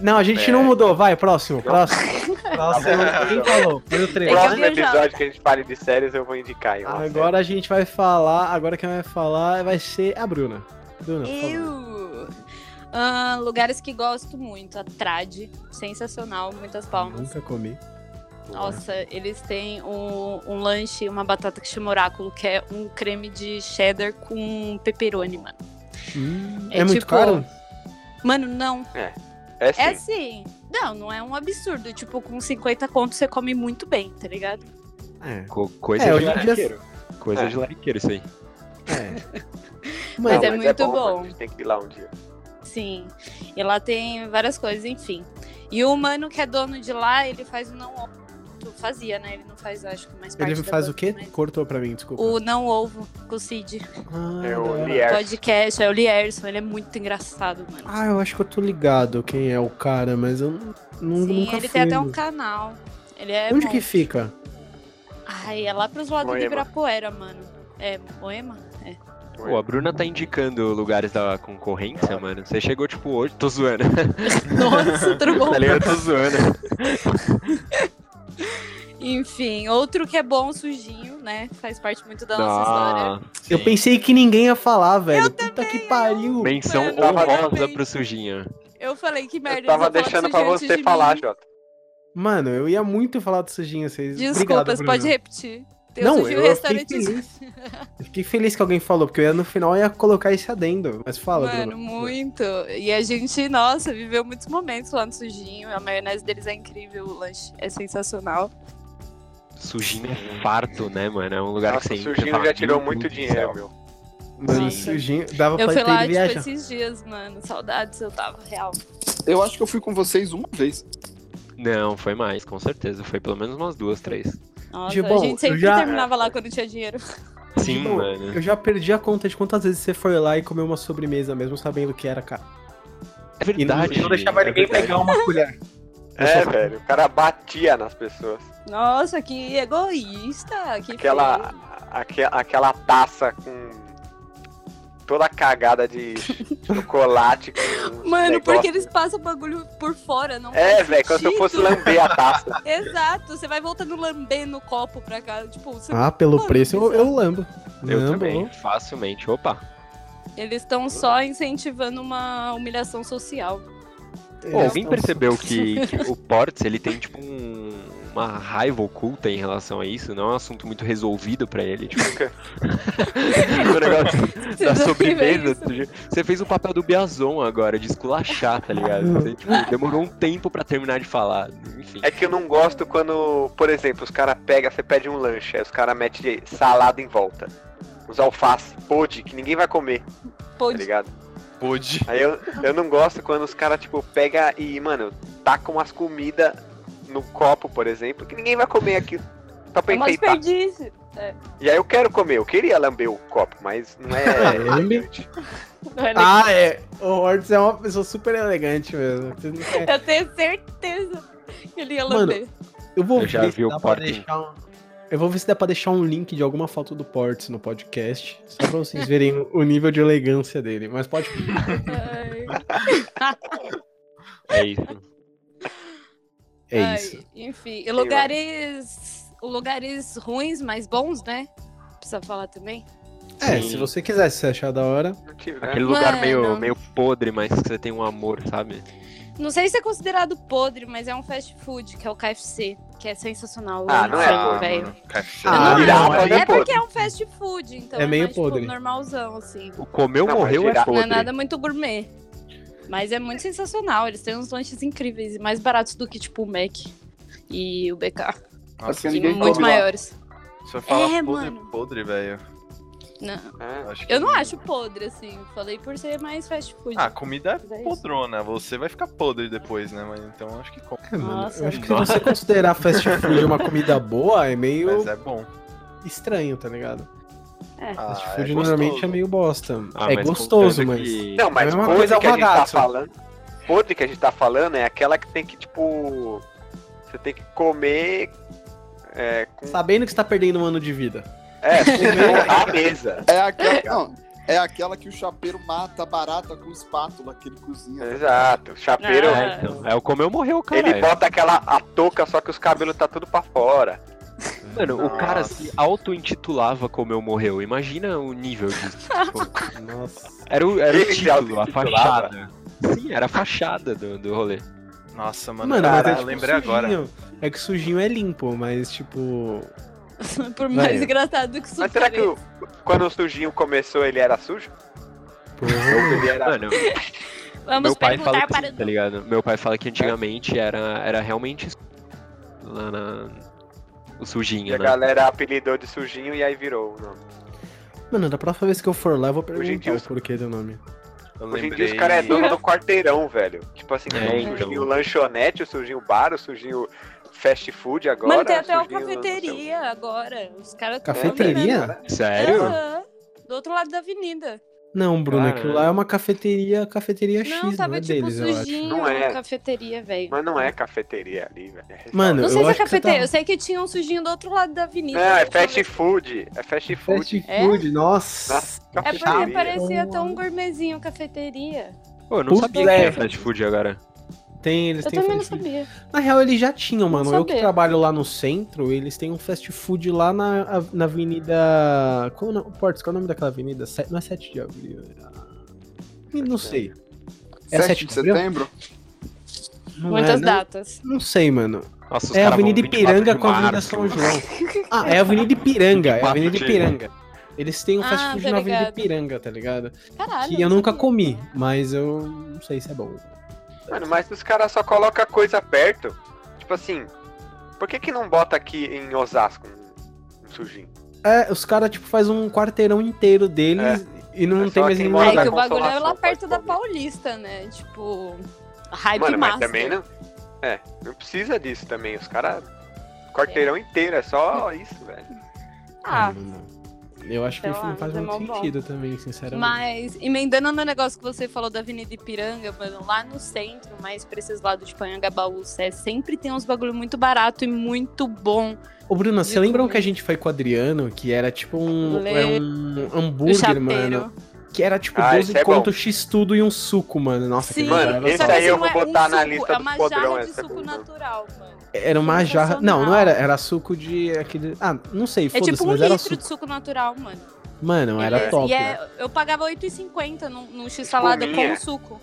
A: Não, a gente não
B: É.
A: mudou. Vai, próximo,
G: <laughs>
A: próximo. próximo. Quem falou? Foi o
G: Tem É que né?
A: trailer.
B: Próximo
G: abrir já.
B: episódio que a gente fale de séries, eu vou indicar. aí uma
A: Agora a gente vai falar. Agora quem vai falar vai ser a Bruna. Bruna, por favor.
G: Eu. Ah, lugares que gosto muito. A Trad, sensacional, muitas palmas.
A: Nunca comi.
G: Nossa, eles têm um, um lanche, uma batata que chama oráculo, que é um creme de cheddar com pepperoni, mano.
A: Hum, é,
G: É
A: muito
G: tipo-
A: caro?
G: Mano, não.
B: série. É
G: É
B: sim.
G: assim. Não, não é um absurdo. Tipo, com 50 conto você come muito bem, tá ligado?
A: É.
D: Co- coisa
A: É,
D: de
A: hoje em dia-
D: lariqueiro. Coisa
B: É.
D: de lariqueiro isso aí.
A: É.
G: Mas
A: Mano,
G: é muito
B: mano,
G: bom.
B: A gente tem que ir lá um dia.
G: Sim. E lá tem várias coisas, enfim. E o mano que é dono de lá, ele faz o não ovo. Fazia, né? Ele não faz, acho que mais parte
A: ele
G: da
A: faz o
G: banda,
A: quê?
G: mas-
A: Cortou pra mim, desculpa.
G: O não ovo com o Cid.
A: Ah,
B: É
A: da
B: o
A: hora.
B: Lier.
G: Podcast, é o Lierson, ele é muito engraçado, mano.
A: Ah, eu acho que eu tô ligado quem é o cara, mas eu não,
G: Sim,
A: nunca
G: ele
A: fui.
G: tem até um canal. Ele é.
A: Onde
G: bom.
A: que fica?
G: Ai, é lá pros lados
B: Moema.
G: de Ibirapuera, mano. É,
A: <laughs>
G: Moema? É.
D: Pô, a Bruna tá indicando lugares da concorrência, mano. Você chegou, tipo, hoje... Tô zoando.
G: Nossa, tudo bom.
D: tá ligado? Tô zoando.
G: Enfim, outro que é bom, o sujinho, né? Faz parte muito da nossa história.
D: Ah,
A: Eu
D: sim.
A: pensei que ninguém ia falar, velho. Puta que pariu.
D: Menção
G: Mano,
B: eu
D: honrosa
G: também.
D: pro sujinho.
G: Eu falei que merda.
B: Eu tava
G: eles vão falar
B: deixando
G: do
B: pra
G: sujinho antes
B: você
G: de
B: falar,
G: mim.
B: Jota.
A: Mano, eu ia muito falar do sujinho, vocês. Obrigado,
G: Desculpas,
A: Bruno.
G: pode repetir. Tem o
A: Não,
G: sujinho
A: eu, eu fiquei
G: restaurante.
A: feliz. Eu fiquei feliz que alguém falou, porque eu ia no final ia colocar esse adendo. Mas fala,
G: Mano,
A: Bruno.
G: muito. E a gente, nossa, viveu muitos momentos lá no sujinho. A maionese deles é incrível, o lanche é sensacional.
D: Sujinho é farto, né, mano? É um lugar
B: Nossa,
D: que
B: o
D: você...
B: Surginho
D: fala,
B: já tirou
D: "Meu
B: muito
D: Deus do
B: dinheiro,
D: céu".
B: meu.
A: Mano,
G: Nossa.
A: sujinho, dava
G: Eu
A: pra
G: fui
A: ter
G: lá,
A: ido
G: tipo,
A: viajar.
G: esses dias, mano. Saudades, eu tava real.
H: Eu acho que eu fui com vocês uma vez.
D: Não, foi mais, com certeza. Foi pelo menos umas duas, três.
G: Nossa,
A: Gibão,
G: a gente sempre
A: eu já-
G: terminava lá quando tinha dinheiro. <laughs>
D: Sim,
A: Tipo,
D: mano.
A: Eu já perdi a conta de quantas vezes você foi lá e comeu uma sobremesa, mesmo sabendo o que era, cara.
D: É
A: E não,
D: verdade.
A: não deixava
D: é
A: ninguém
D: verdade.
A: pegar uma colher.
B: É, velho. O cara batia nas pessoas.
G: Nossa, que egoísta. Que
B: Aquela,
G: feio.
B: aque- aquela taça com toda cagada
G: <laughs>
B: de chocolate. Com
G: Mano,
B: negócio.
G: porque eles passam o bagulho por fora, não
B: É,
G: faz
B: velho, como se eu
G: sentido.
B: fosse lamber a
G: <laughs>
B: taça.
G: Exato, você vai voltando lambendo o copo pra cá. Tipo, você-
A: Ah, pelo
G: Mano,
A: preço eu, eu lambo.
D: Eu
A: Lambo.
D: também, facilmente. Opa.
G: eles estão só incentivando uma humilhação social.
D: Pô,
A: Eles
D: alguém
A: tão-
D: percebeu
A: <laughs>
D: que, que o Ports, ele tem, tipo, um- uma raiva oculta em relação a isso? Não é um assunto muito resolvido pra ele, tipo... <laughs> o negócio da
G: Vocês não viram
D: sobremesa.
G: isso?
D: do jeito- Você fez o papel do Biazon agora, de esculachar, tá ligado? Você, tipo, demorou um tempo pra terminar de falar. Enfim.
B: É que eu não gosto quando, por exemplo, os caras pegam, você pede um lanche, aí os caras metem salada em volta. Os alface, pôde, que ninguém vai comer, tá
G: Pô,
B: ligado?
E: Pode.
B: Aí eu, eu não gosto quando os caras, tipo, pega e, mano, tacam umas comidas no copo, por exemplo, que ninguém vai comer aqui. Só pra
G: é uma
B: enfeitar.
G: desperdício.
B: E aí eu quero comer, eu queria lamber o copo, mas não
D: <laughs>
B: é.
A: É, eu me-
G: Não é
A: Ah, é. O Hortz é uma pessoa super elegante mesmo. Você não quer-
G: Eu tenho certeza que ele ia
A: Ah. Mano,
G: lamber.
A: Eu vou
D: Eu já
A: ver
D: vi
A: se
D: o
A: dá pra
D: Porto.
A: deixar um... Eu vou ver se dá pra deixar um link de alguma foto do Ports no podcast. Só pra vocês verem o- o nível de elegância dele. Mas pode.
G: Ai.
D: É isso.
A: É
G: Ai,
A: isso. é
G: Enfim, e lugares lugares ruins, mas bons, né? Precisa falar também.
A: É,
D: Sim.
A: se você quiser, se você achar da hora.
B: Não tiver.
D: Aquele lugar meio,
G: É. Mano.
D: meio podre, mas que você tem um amor, sabe?
G: Não sei se é considerado podre, mas é um fast food, que é o KFC, que é sensacional. Eu
B: Ah,
G: amo
B: não é
G: frango,
B: podre,
G: velho.
E: mano, KFC.
A: Ah,
G: não,
B: virar
G: não,
B: uma
G: é
B: coisa
G: porque
B: podre.
G: é um fast food, então
A: É
G: é
A: meio
G: mais, tipo,
A: podre.
G: normalzão, assim.
D: O comeu,
B: Não, mas
D: morreu é
B: girar-
G: Não
D: podre.
G: é nada muito gourmet. Mas é muito sensacional. Eles têm uns lanches incríveis e mais baratos do que, tipo, o Mac e o BK.
E: Nossa,
F: Acho que
E: se
F: ninguém
G: E muito
F: come lá.
G: maiores.
E: você falar
G: É,
E: podre,
G: mano.
E: podre, velho.
G: Não.
B: É.
E: acho que-
G: Eu não acho podre, assim. Falei por ser mais fast food.
E: Ah, comida
G: Mas é
E: é
G: isso. <laughs>
E: podrona. Você vai ficar podre depois, né? Mas então acho que come.
A: É, mano,
G: Nossa,
A: eu acho que se
D: mano.
A: você considerar fast food uma comida boa, é meio
E: Mas é bom.
A: estranho, tá ligado?
E: Ah,
A: Fast food
E: é
A: normalmente é
E: gostoso.
A: meio bosta.
D: Ah,
A: é
D: mas
A: gostoso,
D: contando
A: mas.
D: que-
B: Não, mas
A: É uma coisa
B: podre que a gente tá
A: alvagaço.
B: falando. Podre que a gente tá falando é aquela que tem que, tipo. Você tem que comer. É, com,
A: Sabendo que você tá perdendo um ano de vida. <laughs>
B: é com a mesa.
H: É
F: <laughs>
H: aquela, não, é aquela que o chapeiro mata a barata com espátula que ele cozinha.
B: Exato. O chapeiro.
G: Ah,
D: É, então. É o comeu, morreu, cara.
B: Ele bota aquela a touca, só que os cabelos tá tudo pra fora.
D: Mano,
E: Nossa.
D: o cara se auto-intitulava Comeu Morreu. Imagina o nível
G: <laughs>
D: disso. tipo.
A: Nossa.
D: era o, era o
B: Ele se
D: título, a
B: auto-intitulava?
D: fachada. Sim, era a fachada do, do rolê.
E: Nossa, mano.
A: Mano, mas
E: caralho,
A: é tipo
E: lembrei agora.
A: sujinho. É que sujinho é limpo, mas tipo.
G: por mais
A: Velho.
G: engraçado que isso
B: Mas será que
G: pareça.
B: o- quando o sujinho começou ele era sujo?
A: porra.
B: Ele era...
D: Mano,
G: Vamos
D: meu pai fala
G: perguntar
D: que
G: para...
D: sim, tá ligado? Meu pai fala que antigamente era, era realmente su- lá na... o
B: E
D: sujinho,
B: a
D: né?
B: galera apelidou de sujinho e aí virou. Não.
A: Mano, da próxima vez que eu for lá, eu vou
B: em
A: perguntar
B: dia
A: o
B: os-
A: porquê do nome.
E: Eu
B: Hoje em
E: lembrei...
B: dia os caras é dono do quarteirão, velho. Tipo assim,
D: É,
B: tem o
D: então.
B: sujinho lanchonete, o sujinho bar, o sujinho fast food agora.
G: Mano, tem até uma
B: sujinho não sei o-
G: cafeteria agora. Os caras tão dominando.
B: é
A: Cafeteria?
D: Sério?
G: Aham. Do outro lado da avenida.
A: Não, Bruno,
D: Caralho.
A: aquilo lá é uma cafeteria, cafeteria X,
G: Não, tava
A: é
G: tipo
A: deles, eu acho.
G: sujinho
B: Não é.
G: cafeteria, velho.
B: Mas não é cafeteria ali, velho. É restaurante.
A: Mano,
G: Não
A: eu
G: sei se é
A: acho que você
G: cafeteria,
A: tá-
G: eu sei que tinha um sujinho do outro lado da avenida. né,
B: Não, é
G: Deixa
B: fast
G: eu
B: food. É fast food.
A: Fast
G: É?
A: food, nossa.
B: Nossa,
G: É porque
B: cafeteria.
G: parecia tão gourmetzinho cafeteria.
D: Pô, eu não
A: Putz,
D: sabia que era
A: é.
D: fast food agora.
A: Tem, eles
G: Eu
A: têm
G: também não
A: fast food.
G: sabia.
A: Na real, eles já tinham, mano. Eu que
G: saber.
A: trabalho lá no centro, eles têm um fast food lá na, a- na avenida. Qual, o nome- Portos, qual é o nome daquela avenida? Se- Não é 7 de abril. é- Não sei. É 7
H: 7
A: de
H: de
A: abril?
H: setembro?
A: Não
G: Muitas
A: é, não,
G: datas.
A: não sei, mano.
D: Nossa, os
A: É a
D: caras vão
A: Avenida
D: 24 de
A: Ipiranga com a Avenida
D: março.
A: São João.
B: <laughs>
A: Ah, é a Avenida Ipiranga. É a
D: 24
A: Avenida
D: de-
A: Ipiranga. Eles têm um fast
G: Ah,
A: food
G: tá
A: na Avenida
G: ligado.
A: Ipiranga, tá ligado?
G: Caralho.
A: Que eu
G: não
A: nunca
G: sabia. É
A: comi, mas eu não sei se é bom.
B: Mano, mas os caras só colocam coisa perto. Tipo assim, por que que não bota aqui em Osasco um, um sujinho?
A: É, os caras, tipo, faz um quarteirão inteiro deles e não
B: É
A: tem
B: só
A: mais
B: quem
A: nenhum
B: mora
A: lugar.
G: É
B: da
G: que o bagulho é lá
B: Consolação,
G: perto
B: pode
G: da
B: comer.
G: Paulista, né? Tipo, hype
B: Mano, mas
G: master.
B: também não. É, não precisa disso também. Os caras. Quarteirão inteiro, é só isso, velho.
G: Ah,
A: Eu acho que
G: sei lá,
A: não faz
G: mas é
A: muito
G: mó bom.
A: sentido também, sinceramente.
G: Mas, emendando no negócio que você falou da Avenida Ipiranga, mano, lá no centro, mais pra esses lados de Panhangabaú, Sé, sempre tem uns bagulho muito barato e muito bom.
A: Ô, Bruna, você
G: Eu
A: lembram
G: também.
A: que a gente foi com o Adriano, que era tipo um,
G: Lembro.
A: era um
G: O
A: hambúrguer, mano?
G: chapeiro.
A: Que era tipo
B: Ah,
A: 12
B: esse é bom.
A: conto X tudo e um suco, mano. Nossa,
G: Sim,
A: que
B: Mano,
A: maravilha.
B: esse
G: só que
B: aí eu
G: assim,
B: vou
G: não é um
B: botar na
G: suco,
B: lista
G: é
B: dos
G: uma
B: podrão,
G: jarra
B: essa
G: de
B: é
G: suco
B: boa, não.
G: natural, mano. É
A: Era uma jarra. Não, não
G: sensacional.
A: era. Era suco de aquele. Ah, não sei,
G: É
A: foda-se,
G: tipo um
A: mas era
G: litro
A: suco.
G: de suco natural, mano.
A: Mano, era
G: Ele é-
A: top.
G: E
A: né?
G: é, eu pagava 8,50 no, no x-salada com
B: Espuminha.
G: o suco.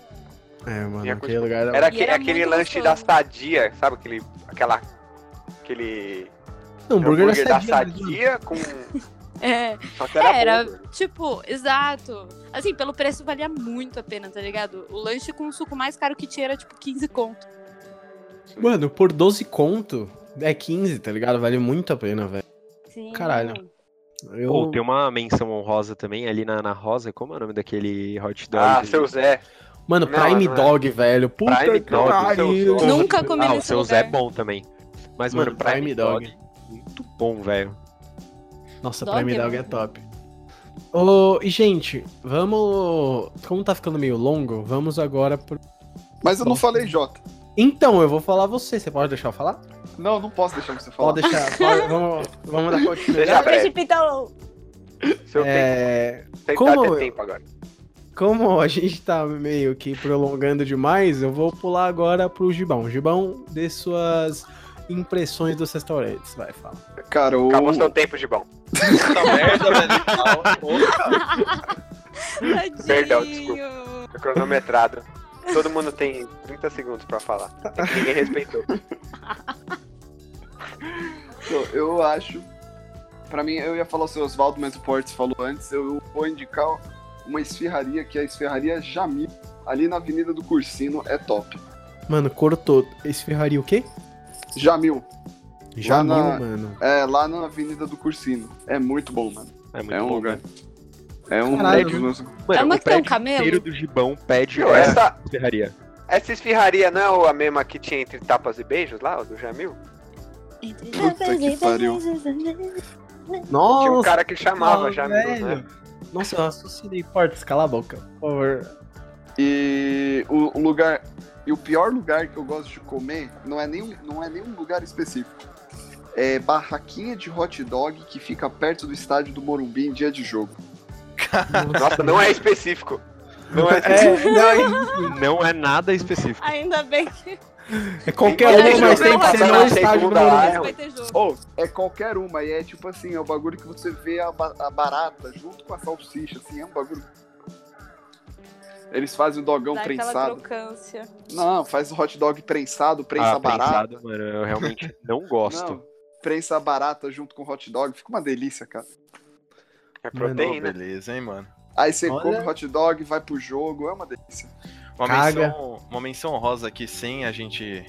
A: É, mano,
B: Tinha
A: aquele
B: coisa-
E: Então,
A: lugar
B: Era, aque-
G: era
B: aquele
G: muito
B: lanche da
G: gostoso.
B: sadia, sabe? Aquele. Aquela. Aquele.
A: Não, hambúrguer,
B: um hambúrguer da
A: né, mano?
B: sadia com.
G: É,
B: Só que era.
G: Era.
B: bom, velho.
G: tipo, exato. Assim, pelo preço valia muito a pena, tá ligado? O lanche com o suco mais caro que tinha era tipo 15 conto.
A: Mano, por 12 conto, é 15, tá ligado? Vale muito a pena, velho.
G: Sim.
A: Caralho. Eu...
D: Pô, tem uma menção honrosa também ali na, na Rosa. Como é o nome daquele hot dog?
B: Ah, seu Zé.
A: Mano,
B: Não,
A: Prime
B: não é.
A: Dog, velho. Puta
B: Prime
A: que
B: Dog,
A: pariu.
B: seu-
G: Nunca comi
D: Ah, o
G: nesse
D: seu
G: lugar.
D: Zé é bom também. Mas, mano,
A: Mano, Prime
D: Prime Dog. Muito bom, velho.
A: Nossa,
G: Dog
A: Prime
G: é
A: Dog é
G: muito
A: top. Ô, e gente, vamos. Como tá ficando meio longo, vamos agora pro.
H: Mas eu não falei Jota.
A: Então, eu vou falar você. Você pode deixar eu falar?
H: Não, não posso deixar você falar.
A: Pode deixar. pode- vamos, vamos dar
B: <laughs>
A: continuidade.
B: Seja breve.
G: Então,
B: Seu tempo.
A: É,
B: Tem que
A: como
B: dar
A: eu-
B: tempo agora.
A: como a gente tá meio que prolongando demais, eu vou pular agora pro Gibão. Gibão, dê suas impressões dos restaurantes. Vai, fala.
F: Cara, o.
B: Acabou seu tempo de bom. <laughs>
E: Puta merda, velho. Calma, porra.
C: Tadinho.
B: Perdão, desculpa.
G: É
B: Tô cronometrado. Todo mundo tem 30 segundos pra falar. É que
A: <laughs>
B: ninguém respeitou.
F: Eu, eu acho. Pra mim, eu ia falar o seu Oswaldo, mas o Portes falou antes. Eu vou indicar uma esfirraria, que é a esfirraria Jamil, ali na Avenida do Cursino. É top.
A: Mano, cortou. Esse Ferrari o quê?
F: Jamil.
A: Já não,
F: na-
A: mano.
F: É lá na Avenida do Cursino. É muito bom, mano.
D: É muito
F: é um
D: bom,
F: lugar.
D: né?
F: É um
A: Caralho.
F: dos meus-
D: Mano,
G: Calma
D: o
G: que tem um
D: prédio
G: camelo.
D: inteiro do Gibão pede é
B: Meu,
D: essa
B: essa,
D: ferraria.
B: essa esfirraria não é a mesma que tinha entre tapas e beijos lá, o do Jamil?
F: Puta que pariu.
B: Tinha um
A: Nossa,
B: cara que chamava Jamil, né?
A: velho. Nossa, eu raciocinei. Portas, cala a boca, por favor.
F: E o, o lugar. E o pior lugar que eu gosto de comer não é nenhum, não é nenhum lugar específico. É barraquinha de hot dog que fica perto do estádio do Morumbi em dia de jogo.
B: Nossa, não é específico. Não é
A: É, não,
D: Não é nada específico.
G: Ainda bem que
A: é qualquer um, mas tem que ser no estádio do
B: Ah,
A: Morumbi.
B: é,
G: vai ter jogo.
F: Ou é qualquer uma, e é tipo assim, é o bagulho que você vê a, ba- a barata junto com a salsicha, assim, é um bagulho. Eles fazem o dogão
G: Dá aquela
F: um prensado.
G: crocância.
F: Não, faz o hot dog prensado, prensa
D: Ah,
F: barata.
D: prensado, mano, eu realmente não gosto.
F: Não, prensa barata junto com hot dog, fica uma delícia, cara.
B: é
E: Pô,
G: né?
B: proteína.
E: beleza, hein, mano.
F: Aí você
A: Olha.
F: come hot dog, vai pro jogo, é uma delícia.
E: Uma
A: Caga.
E: menção, uma menção honrosa aqui, sem a gente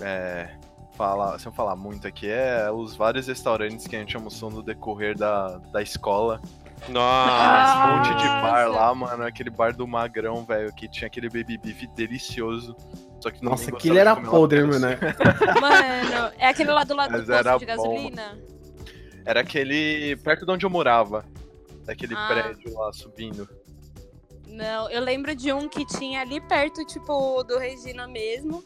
E: é, falar, sem eu falar muito aqui, é os vários restaurantes que a gente almoçou no decorrer da, da escola.
D: Nossa.
E: Um monte de bar lá, mano. Aquele bar do Magrão, velho, que tinha aquele baby beef delicioso. Só que
A: Nossa,
E: ninguém
A: aquele
E: gostava de
A: era
E: comer lá
A: podre,
E: perto.
A: mano. né?
G: Mano, é aquele lá do lado
E: Mas
G: do
E: era
G: posto de
E: bom.
G: gasolina?
E: Era aquele. perto de onde eu morava. Daquele
G: Ah.
E: prédio lá subindo.
G: Não, eu lembro de um que tinha ali perto, tipo, do Regina mesmo.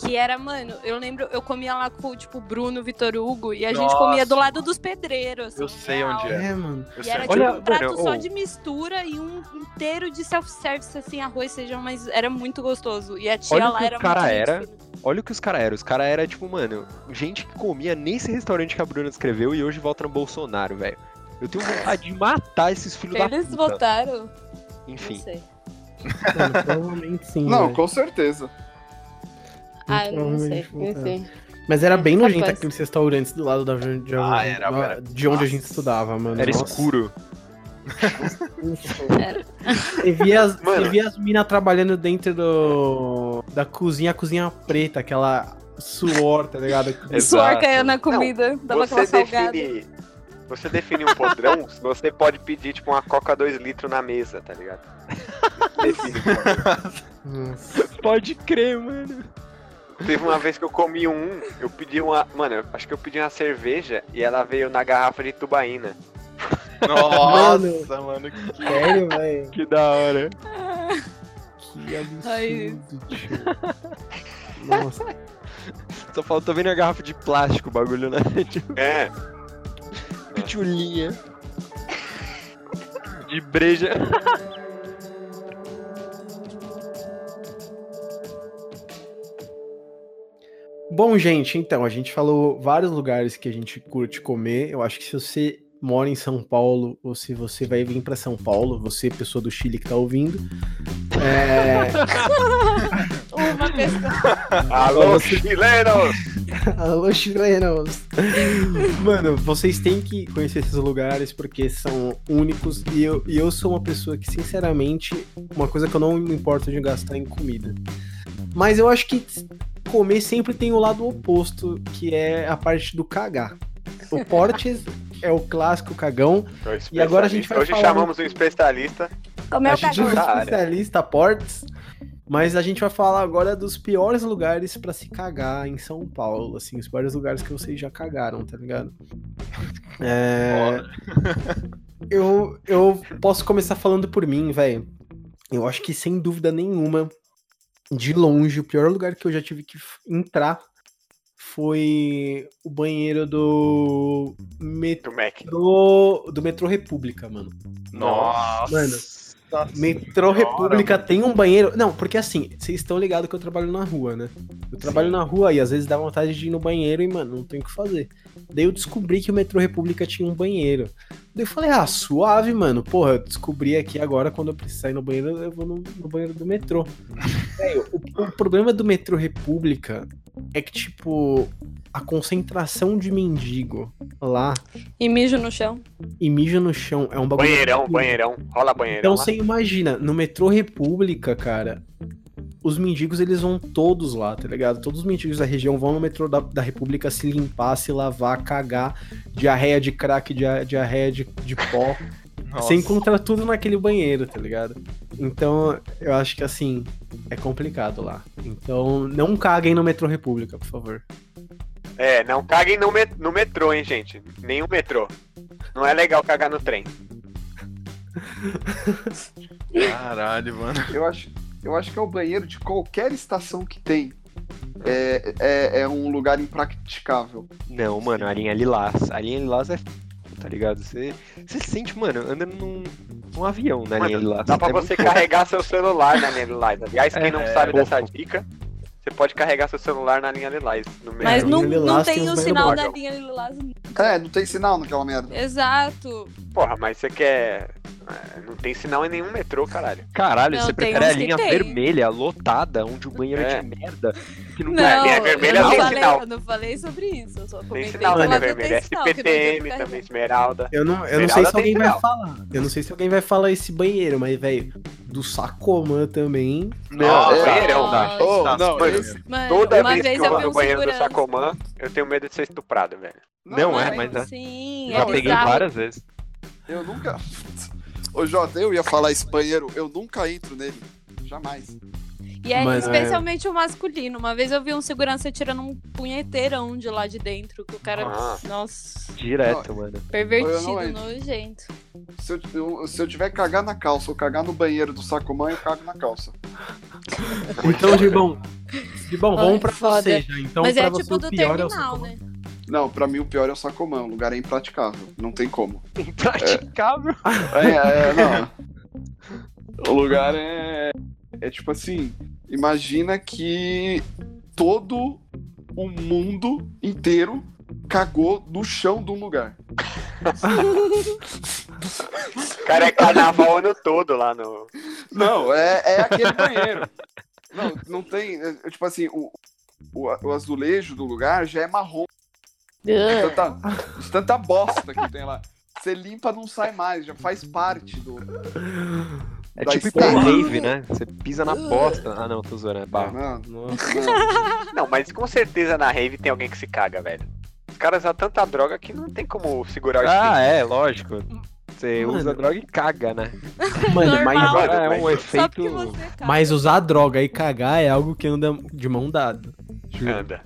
G: Que era, mano, eu lembro, eu comia lá com, tipo, Bruno, Vitor Hugo, e a gente
E: Nossa.
G: comia do lado dos pedreiros.
E: Eu sei onde é.
A: É, mano.
E: Eu
G: E
E: sei
G: era
E: onde
G: tipo
D: Olha,
G: um prato
D: mano,
G: só
D: oh.
G: de mistura e um inteiro de self-service, assim, arroz, feijão, mas era muito gostoso. E a tia
D: Olha o
G: lá
D: que o
G: era
D: cara
G: muito gente
D: era.
G: fina.
D: Olha o que os caras eram. Os caras eram, tipo, mano, gente que comia nesse restaurante que a Bruna descreveu e hoje volta no Bolsonaro, velho. Eu tenho vontade de matar esses filhos da
G: Eles
D: puta.
G: votaram, não
D: Enfim.
G: sei.
A: Mano, provavelmente
D: Hum.
A: sim.
F: Não,
A: velho.
F: com certeza.
G: Ah, eu não sei,
A: provavelmente
G: enfim.
A: Mas era bem nojento
G: Capaz.
A: aqueles restaurantes do lado da, de, de-
E: Ah, era, era.
A: de onde a gente estudava, mano.
D: Era
A: Nossa. <laughs>
D: escuro.
A: Você via as,
B: Mano.
A: você via as minas trabalhando dentro do, da cozinha, a cozinha preta, aquela suor, tá ligado?
G: Suor
E: Exato.
G: caiu na comida, dava aquela
B: Você
G: salgada.
B: define, você define um podrão, você pode pedir, tipo, uma coca 2 litros na mesa, tá ligado? Define.
A: Nossa.
D: Pode crer, mano.
B: Teve uma vez que eu comi um, eu pedi uma. Mano, eu acho que eu pedi uma cerveja e ela veio na garrafa de tubaína.
E: Nossa, mano, que
A: <laughs> Sério, velho?
D: Que da hora.
A: <laughs> Que
G: Ai.
A: absurdo, tio. Nossa.
D: Só faltou vendo a garrafa de plástico, o
G: <laughs>
D: bagulho, né? Tipo,
B: É.
D: pitulinha. De breja.
A: Bom, gente, então, a gente falou vários lugares que a gente curte comer. Eu acho que se você mora em São Paulo, ou se você vai vir pra São Paulo, você, pessoa do Chile que tá ouvindo, é...
G: Uma pessoa.
B: Alô, chilenos!
A: Alô, chilenos! Mano, vocês têm que conhecer esses lugares porque são únicos e eu, e eu sou uma pessoa que, sinceramente, uma coisa que eu não me importo de gastar em comida. Mas eu acho que comer sempre tem o lado oposto, que é a parte do cagar. O Portes é o clássico cagão. E agora a gente vai
B: Então, Hoje
A: falar
B: chamamos um especialista.
G: Comeu
A: a gente não é
G: cagou.
B: cagão.
A: especialista Portes, mas a gente vai falar agora dos piores lugares pra se cagar em São Paulo, assim, os piores lugares que vocês já cagaram, tá ligado? É,
E: foda.
A: eu, eu posso começar falando por mim, velho. Eu acho que sem dúvida nenhuma, de longe, o pior lugar que eu já tive que f- entrar foi o banheiro do
B: Do Mac.
A: metrô, do metrô República, mano.
E: Nossa.
A: Mano,
E: Nossa.
A: Metrô
E: Senhora,
A: República tem um banheiro. Não, porque assim, vocês estão ligados que eu trabalho na rua, né? Eu trabalho na rua e às vezes dá vontade de ir no banheiro e, mano, não tem o que fazer. Daí eu descobri que o metrô República tinha um banheiro. Daí eu falei, ah, suave, mano. Porra, eu descobri aqui agora, quando eu precisar ir no banheiro, eu vou no, no banheiro do metrô. Velho, o, o problema do metrô República é que, tipo, a concentração de mendigo lá
G: E mijo no chão.
A: e mija no chão é um bagulho.
B: Banheirão,
A: absurdo.
B: banheirão. Rola banheirão.
A: Então
B: lá.
A: você imagina, no metrô República, cara, os mendigos eles vão todos lá, tá ligado? Todos os mendigos da região vão no metrô da, da República se limpar, se lavar, cagar, diarreia de crack, dia- diarreia de, de pó.
E: Nossa.
A: Você encontra tudo naquele banheiro, tá ligado? Então eu acho que assim, é complicado lá. Então não caguem no metrô República, por favor.
B: É, não caguem no, met- no metrô, hein, gente. Nenhum metrô. Não é legal cagar no trem.
E: Caralho, mano.
F: Eu acho, eu acho que é o banheiro de qualquer estação que tem. É, é, é um lugar impraticável.
D: Não, mano, a linha lilás. A linha lilás é. f- Tá ligado? Você, você sente, mano, andando num, num avião na
B: Mano,
D: linha lilás.
B: Dá pra
D: É
B: você
D: muito louco.
B: carregar seu celular na linha Lilás. tá Aliás, quem não
E: É,
B: sabe
D: fofo.
B: dessa dica, você pode carregar seu celular na linha É, Lilás. No meio.
G: Mas
A: a
G: não,
A: linha
G: não
A: lilás
G: tem
A: tem
G: o
A: os
G: sinal da
B: banheiros.
G: linha lilás.
F: É, não tem sinal naquela
D: É
F: merda.
G: Exato.
B: Porra, mas você quer. é, Não tem sinal em nenhum metrô, caralho.
D: Caralho,
G: Não,
D: você
G: tem
D: prefere a
G: uns que
D: linha
G: tem.
D: vermelha, lotada, onde o banheiro é,
B: É.
D: de merda. Que não,
G: Não,
D: tem-
B: linha vermelha
G: eu, não
B: tem
G: falei,
B: sinal.
G: eu não falei sobre isso. Eu só comentei
B: Nem né, sinal
G: que
B: na
G: lá
B: linha
G: não
B: vermelha.
G: tem sinal, que não adianta
B: SPTM,
G: carregar.
B: também Esmeralda.
A: Eu não, eu não sei
B: Esmeralda
A: se alguém
B: tem
A: vai
B: sinal.
A: falar. né? Eu não sei se alguém vai falar esse banheiro, mas, velho, do Sacomã também.
E: Não,
B: é.
E: banheirão, dá.
H: Oh,
E: Tá,
D: né?
H: não,
E: mano.
H: esse-
G: assim, Mano,
B: Toda
G: É, uma
B: vez, que eu
G: eu
B: vou
G: vi
B: no
G: um
B: banheiro
G: segurança.
B: do Sacomã, eu tenho medo de ser estuprado, velho.
D: Não é,
G: Não,
D: mas é.
G: Sim,
D: Já
G: é
D: peguei
G: bizarro.
D: várias vezes.
H: Eu nunca. Ô, Jota, eu ia falar esse banheiro, eu nunca entro nele. Jamais.
G: E é
A: Mas, é.
G: especialmente o masculino. Uma vez eu vi um segurança tirando um punheteirão de lá de dentro, que o cara.
B: Ah.
G: Nossa,
D: Direto, mano.
G: pervertido,
F: entro.
G: nojento.
F: Se eu, eu- se eu tiver que cagar na calça ou cagar no banheiro do Sacomã, eu cago na calsa.
A: Então, Gibão. Gibão,
G: Ai,
A: vamos pra
G: foda.
A: você já. Então,
G: Mas
A: pra
G: é
A: você,
G: tipo
A: o
G: do
A: pior é o
G: terminal,
A: Sacomã.
G: né?
F: Não, pra mim o pior é o Sacomã, o lugar é impraticável. Não tem como.
D: Impraticável.
F: É, é, não. O lugar é. É tipo assim. Imagina que todo o mundo inteiro cagou no chão de um lugar.
B: Cara, é carnaval o ano todo lá no.
F: Não, é, é
H: <laughs>
F: aquele banheiro. Não, não tem. é, é tipo assim, o, o, o azulejo do lugar já é marrom.
H: Ah.
F: De tanta, de tanta bosta que tem lá. Você limpa, não sai mais, já faz parte do.
D: É
F: da
D: tipo ir pra
F: estética.
D: rave, né? Você pisa na bosta. Ah, não, tô zoando, é barro.
F: Não,
G: <laughs>
A: Nossa.
H: <laughs>
F: não.
B: Não, mas com certeza na rave tem alguém que se caga, velho. Os caras usam tanta droga que não tem como segurar o
D: Ah, é, lógico. Você
A: Mano.
D: usa droga e caga, né?
A: Mano, mas,
G: Normal.
D: Agora é um
G: Só
D: efeito.
G: porque você caga.
A: mas usar droga e cagar é algo que anda de mão dada.
B: instinto. Anda.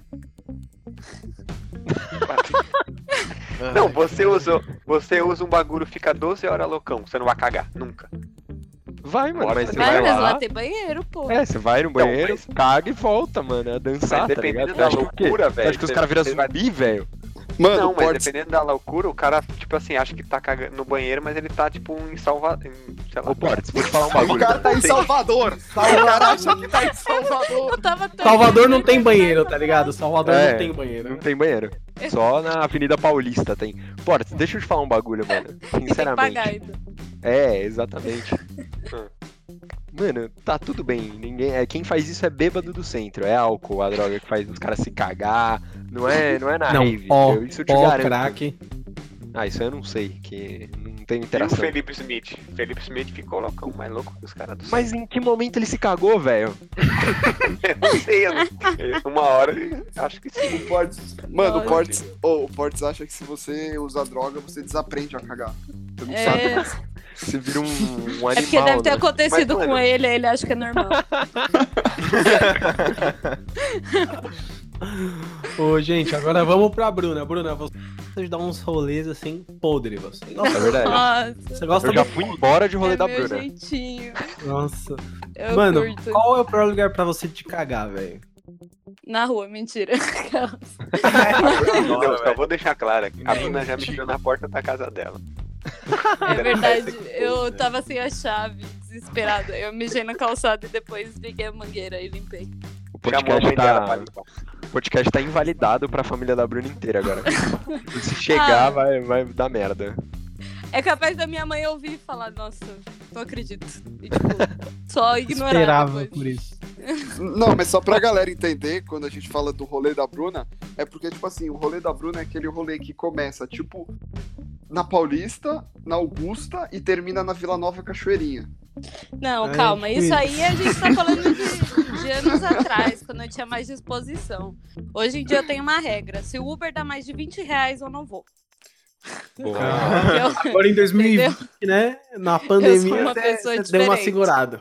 E: Ai,
B: Não, você usa, você usa um bagulho, fica 12 horas loucão, você não vai cagar, nunca.
D: Ah, Vai, mano, mas você
B: Vai,
D: vai
G: Vai, mas
D: lá.
G: lá tem banheiro, pô.
D: É, você vai no banheiro,
B: mas-
D: caga e volta, mano. É dançar,
B: Mas
D: tá ligado?
B: dependendo
D: Você
B: da
D: acha que o quê?
B: loucura,
D: Você
B: velho.
D: acha que os
B: você-
D: caras viram
B: você vai-
D: zumbi, velho?
H: Mano,
B: Não, mas
H: pode
B: dependendo da loucura, o cara, tipo assim, acha que tá cagando no banheiro, mas ele tá, tipo, em salva... Em, sei lá.
D: Ô, Portes, vou te falar um
H: O
D: bagulho.
H: cara tá em
B: Sim.
H: Salvador. O cara acha que tá em Salvador.
G: Eu tava tão-
A: Salvador
G: <laughs>
A: não
G: né?
A: tem banheiro, tá ligado? Salvador
D: É.
A: não tem
D: Não
A: banheiro.
D: tem banheiro. Só na Avenida Paulista tem. Portes, deixa eu te falar um bagulho, mano.
G: E tem que
D: Sinceramente.
G: pagar então. ainda.
D: É, exatamente. Mano, tá tudo bem. Ninguém, é, quem faz isso é bêbado do centro. É álcool, a droga que faz os caras se cagar. Não é, não é na
A: Não,
D: rave.
A: pó,
D: eu- isso eu te
A: Pó,
D: garanto.
A: crack.
D: Ah, isso eu não sei, que não tem
B: E o
D: interação.
B: Felipe Smith? Felipe Smith ficou loucão, mais louco que os caras do
D: Mas em que momento ele se cagou, velho?
B: Eu não sei, eu
D: né?
B: não sei. <laughs> Uma hora, acho que sim.
D: <laughs>
H: O Portes- Mano, o
G: Olha.
H: Portes, ô, o Portes acha que se você usar droga, você desaprende a cagar. Você não sabe.
G: É,
D: Você vira um, um animal.
G: <laughs> é porque deve ter
D: né?
G: acontecido
B: Mas,
G: com
B: mano-
G: ele, ele acha que é normal.
A: Ô, gente, agora vamos pra Bruna. Bruna, vocês dão uns rolês assim, podre. Você,
D: É
A: Nossa,
D: verdade.
G: Nossa,
A: você gosta
D: Eu já
A: do-
D: fui embora de rolê
G: é
D: da
G: meu
D: Bruna.
G: jeitinho.
A: Nossa.
G: Eu
A: Mano,
G: curto.
A: qual é o pior lugar pra você te cagar, velho?
G: Na rua, mentira. <laughs> É
B: Não, só vou deixar claro aqui. A Bruna já me tirou na porta da casa dela.
G: É verdade, eu tava sem a chave, desesperada. Eu mijei na calçada e depois liguei a mangueira e limpei.
D: O
B: Chamou a
D: podcast
B: mãe dela pra
D: tá,
B: limpar.
D: o podcast tá invalidado pra família da Bruna
G: <laughs>
D: inteira agora. Se chegar,
G: Ah.
D: vai, vai dar merda.
G: É capaz da minha mãe ouvir e falar, nossa, não acredito. E, tipo,
A: <laughs>
G: só ignorar.
A: Esperava
G: depois.
A: por isso.
H: Não, mas só pra galera entender, quando a gente fala do rolê da Bruna, é porque, tipo assim, o rolê da Bruna é aquele rolê que começa, tipo, na Paulista, na Augusta e termina na Vila Nova Cachoeirinha.
G: Não,
A: É,
G: calma.
A: tipo
G: Isso
A: isso.
G: aí a gente tá falando
A: <laughs>
G: de, de anos atrás, quando eu tinha mais disposição. Hoje em dia eu tenho uma regra. Se o Uber dá mais de 20 reais, eu não vou.
D: Boa.
G: Eu,
A: Agora em 2020, né? Na pandemia,
G: uma
A: até-
G: pessoa
A: você deu uma
G: diferente.
A: segurada.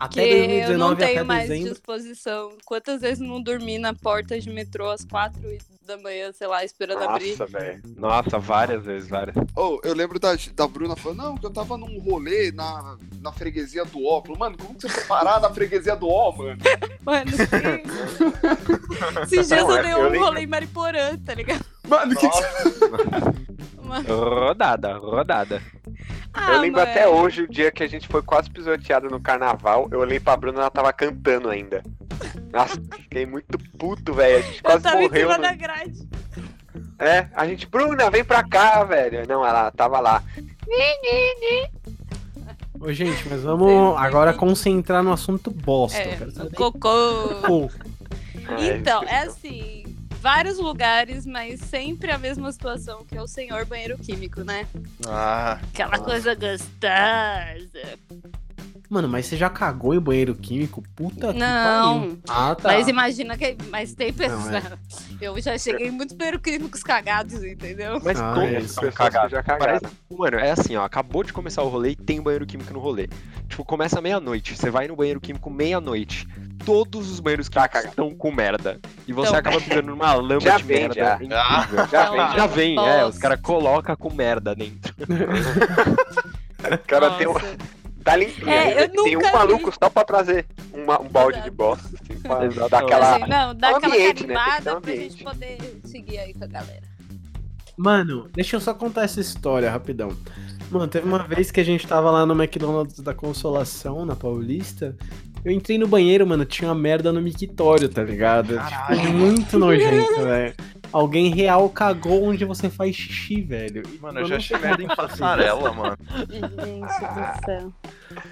A: Até
G: que eu não
A: 2019,
G: tenho
A: até
G: mais
A: dezembro.
G: disposição. Quantas vezes não dormi na porta de metrô às 4 da manhã, sei lá, esperando abrir?
D: Nossa, velho. Nossa, várias vezes, várias.
H: Ou eu lembro da, da Bruna falando, não, que eu tava num rolê na, na freguesia do Ó. Falou, Mano, como que você foi parar na freguesia do Ó, mano?
G: Mano, sim. Esses dias
B: Não,
G: eu
B: é,
G: dei
B: eu
G: um
B: lembro.
G: rolê em Mariporã, tá ligado?
H: Mano, que que você...
G: Uma-
D: Rodada, rodada.
G: Ah,
B: Eu lembro
G: mano.
B: até hoje o dia que a gente foi quase pisoteado no carnaval. Eu olhei pra Bruna ela tava cantando ainda. Nossa, <laughs> fiquei muito puto, velho. A gente
G: Eu
B: quase
G: tava em
B: morreu. né?
G: cima
B: no-
G: da grade.
B: É, a gente, Bruna, vem pra cá, velho. Não, ela tava lá.
A: Ô, gente, mas
G: Sei,
A: vamos
G: não sei
A: agora
G: se-
A: concentrar no assunto bosta.
G: É,
A: eu quero saber
G: Cocô.
A: pouco.
B: É,
G: Então, é assim, vários lugares, mas sempre a mesma situação que é o senhor banheiro químico, né?
E: Ah,
G: Aquela coisa gostosa.
A: Mano, mas você já cagou em banheiro químico? Puta que pariu.
G: Não,
A: Ah, tá.
G: mas imagina que. Mas tem pessoas.
B: é.
A: Não,
G: Eu já cheguei em muitos banheiro químicos cagados, entendeu?
D: Mas
A: Ah,
D: como
A: é.
D: eles
B: as
D: são
B: pessoas
D: cagados?
B: que já cagaram.
D: Parece, mano, é assim, ó, acabou de começar o rolê e tem banheiro químico no rolê. Tipo, começa meia-noite, você vai no banheiro químico meia-noite. Todos os banheiros químicos
B: cagado.
D: estão com merda. E você
G: Então.
D: acaba pegando numa lama
B: Já
D: de
B: vem,
D: merda.
B: já.
D: incrível.
B: Já
G: Não,
B: vem, já.
D: Já vem, é, os
G: Nossa.
D: caras colocam com merda dentro.
B: O cara tem um,
G: Nossa.
B: tá limpinho.
G: É, eu
B: tem
G: nunca
B: um
G: vi.
B: maluco só pra trazer uma- um balde de bosta, assim, pra
D: Exatamente.
B: dar aquela.
G: Assim, não, dá aquela
B: ambiente, né? Tem que ter um
G: carimbada pra
B: ambiente.
G: gente poder seguir aí com a galera.
A: Mano, deixa eu só contar essa história rapidão. Mano, teve uma vez que a gente tava lá no McDonald's da Consolação, na Paulista. Eu entrei no banheiro, mano, tinha uma merda no mictório, tá ligado? Tipo, muito nojento, velho. Alguém real cagou onde você faz xixi, velho.
E: mano, eu já achei merda em passarela, mano.
G: Gente do céu.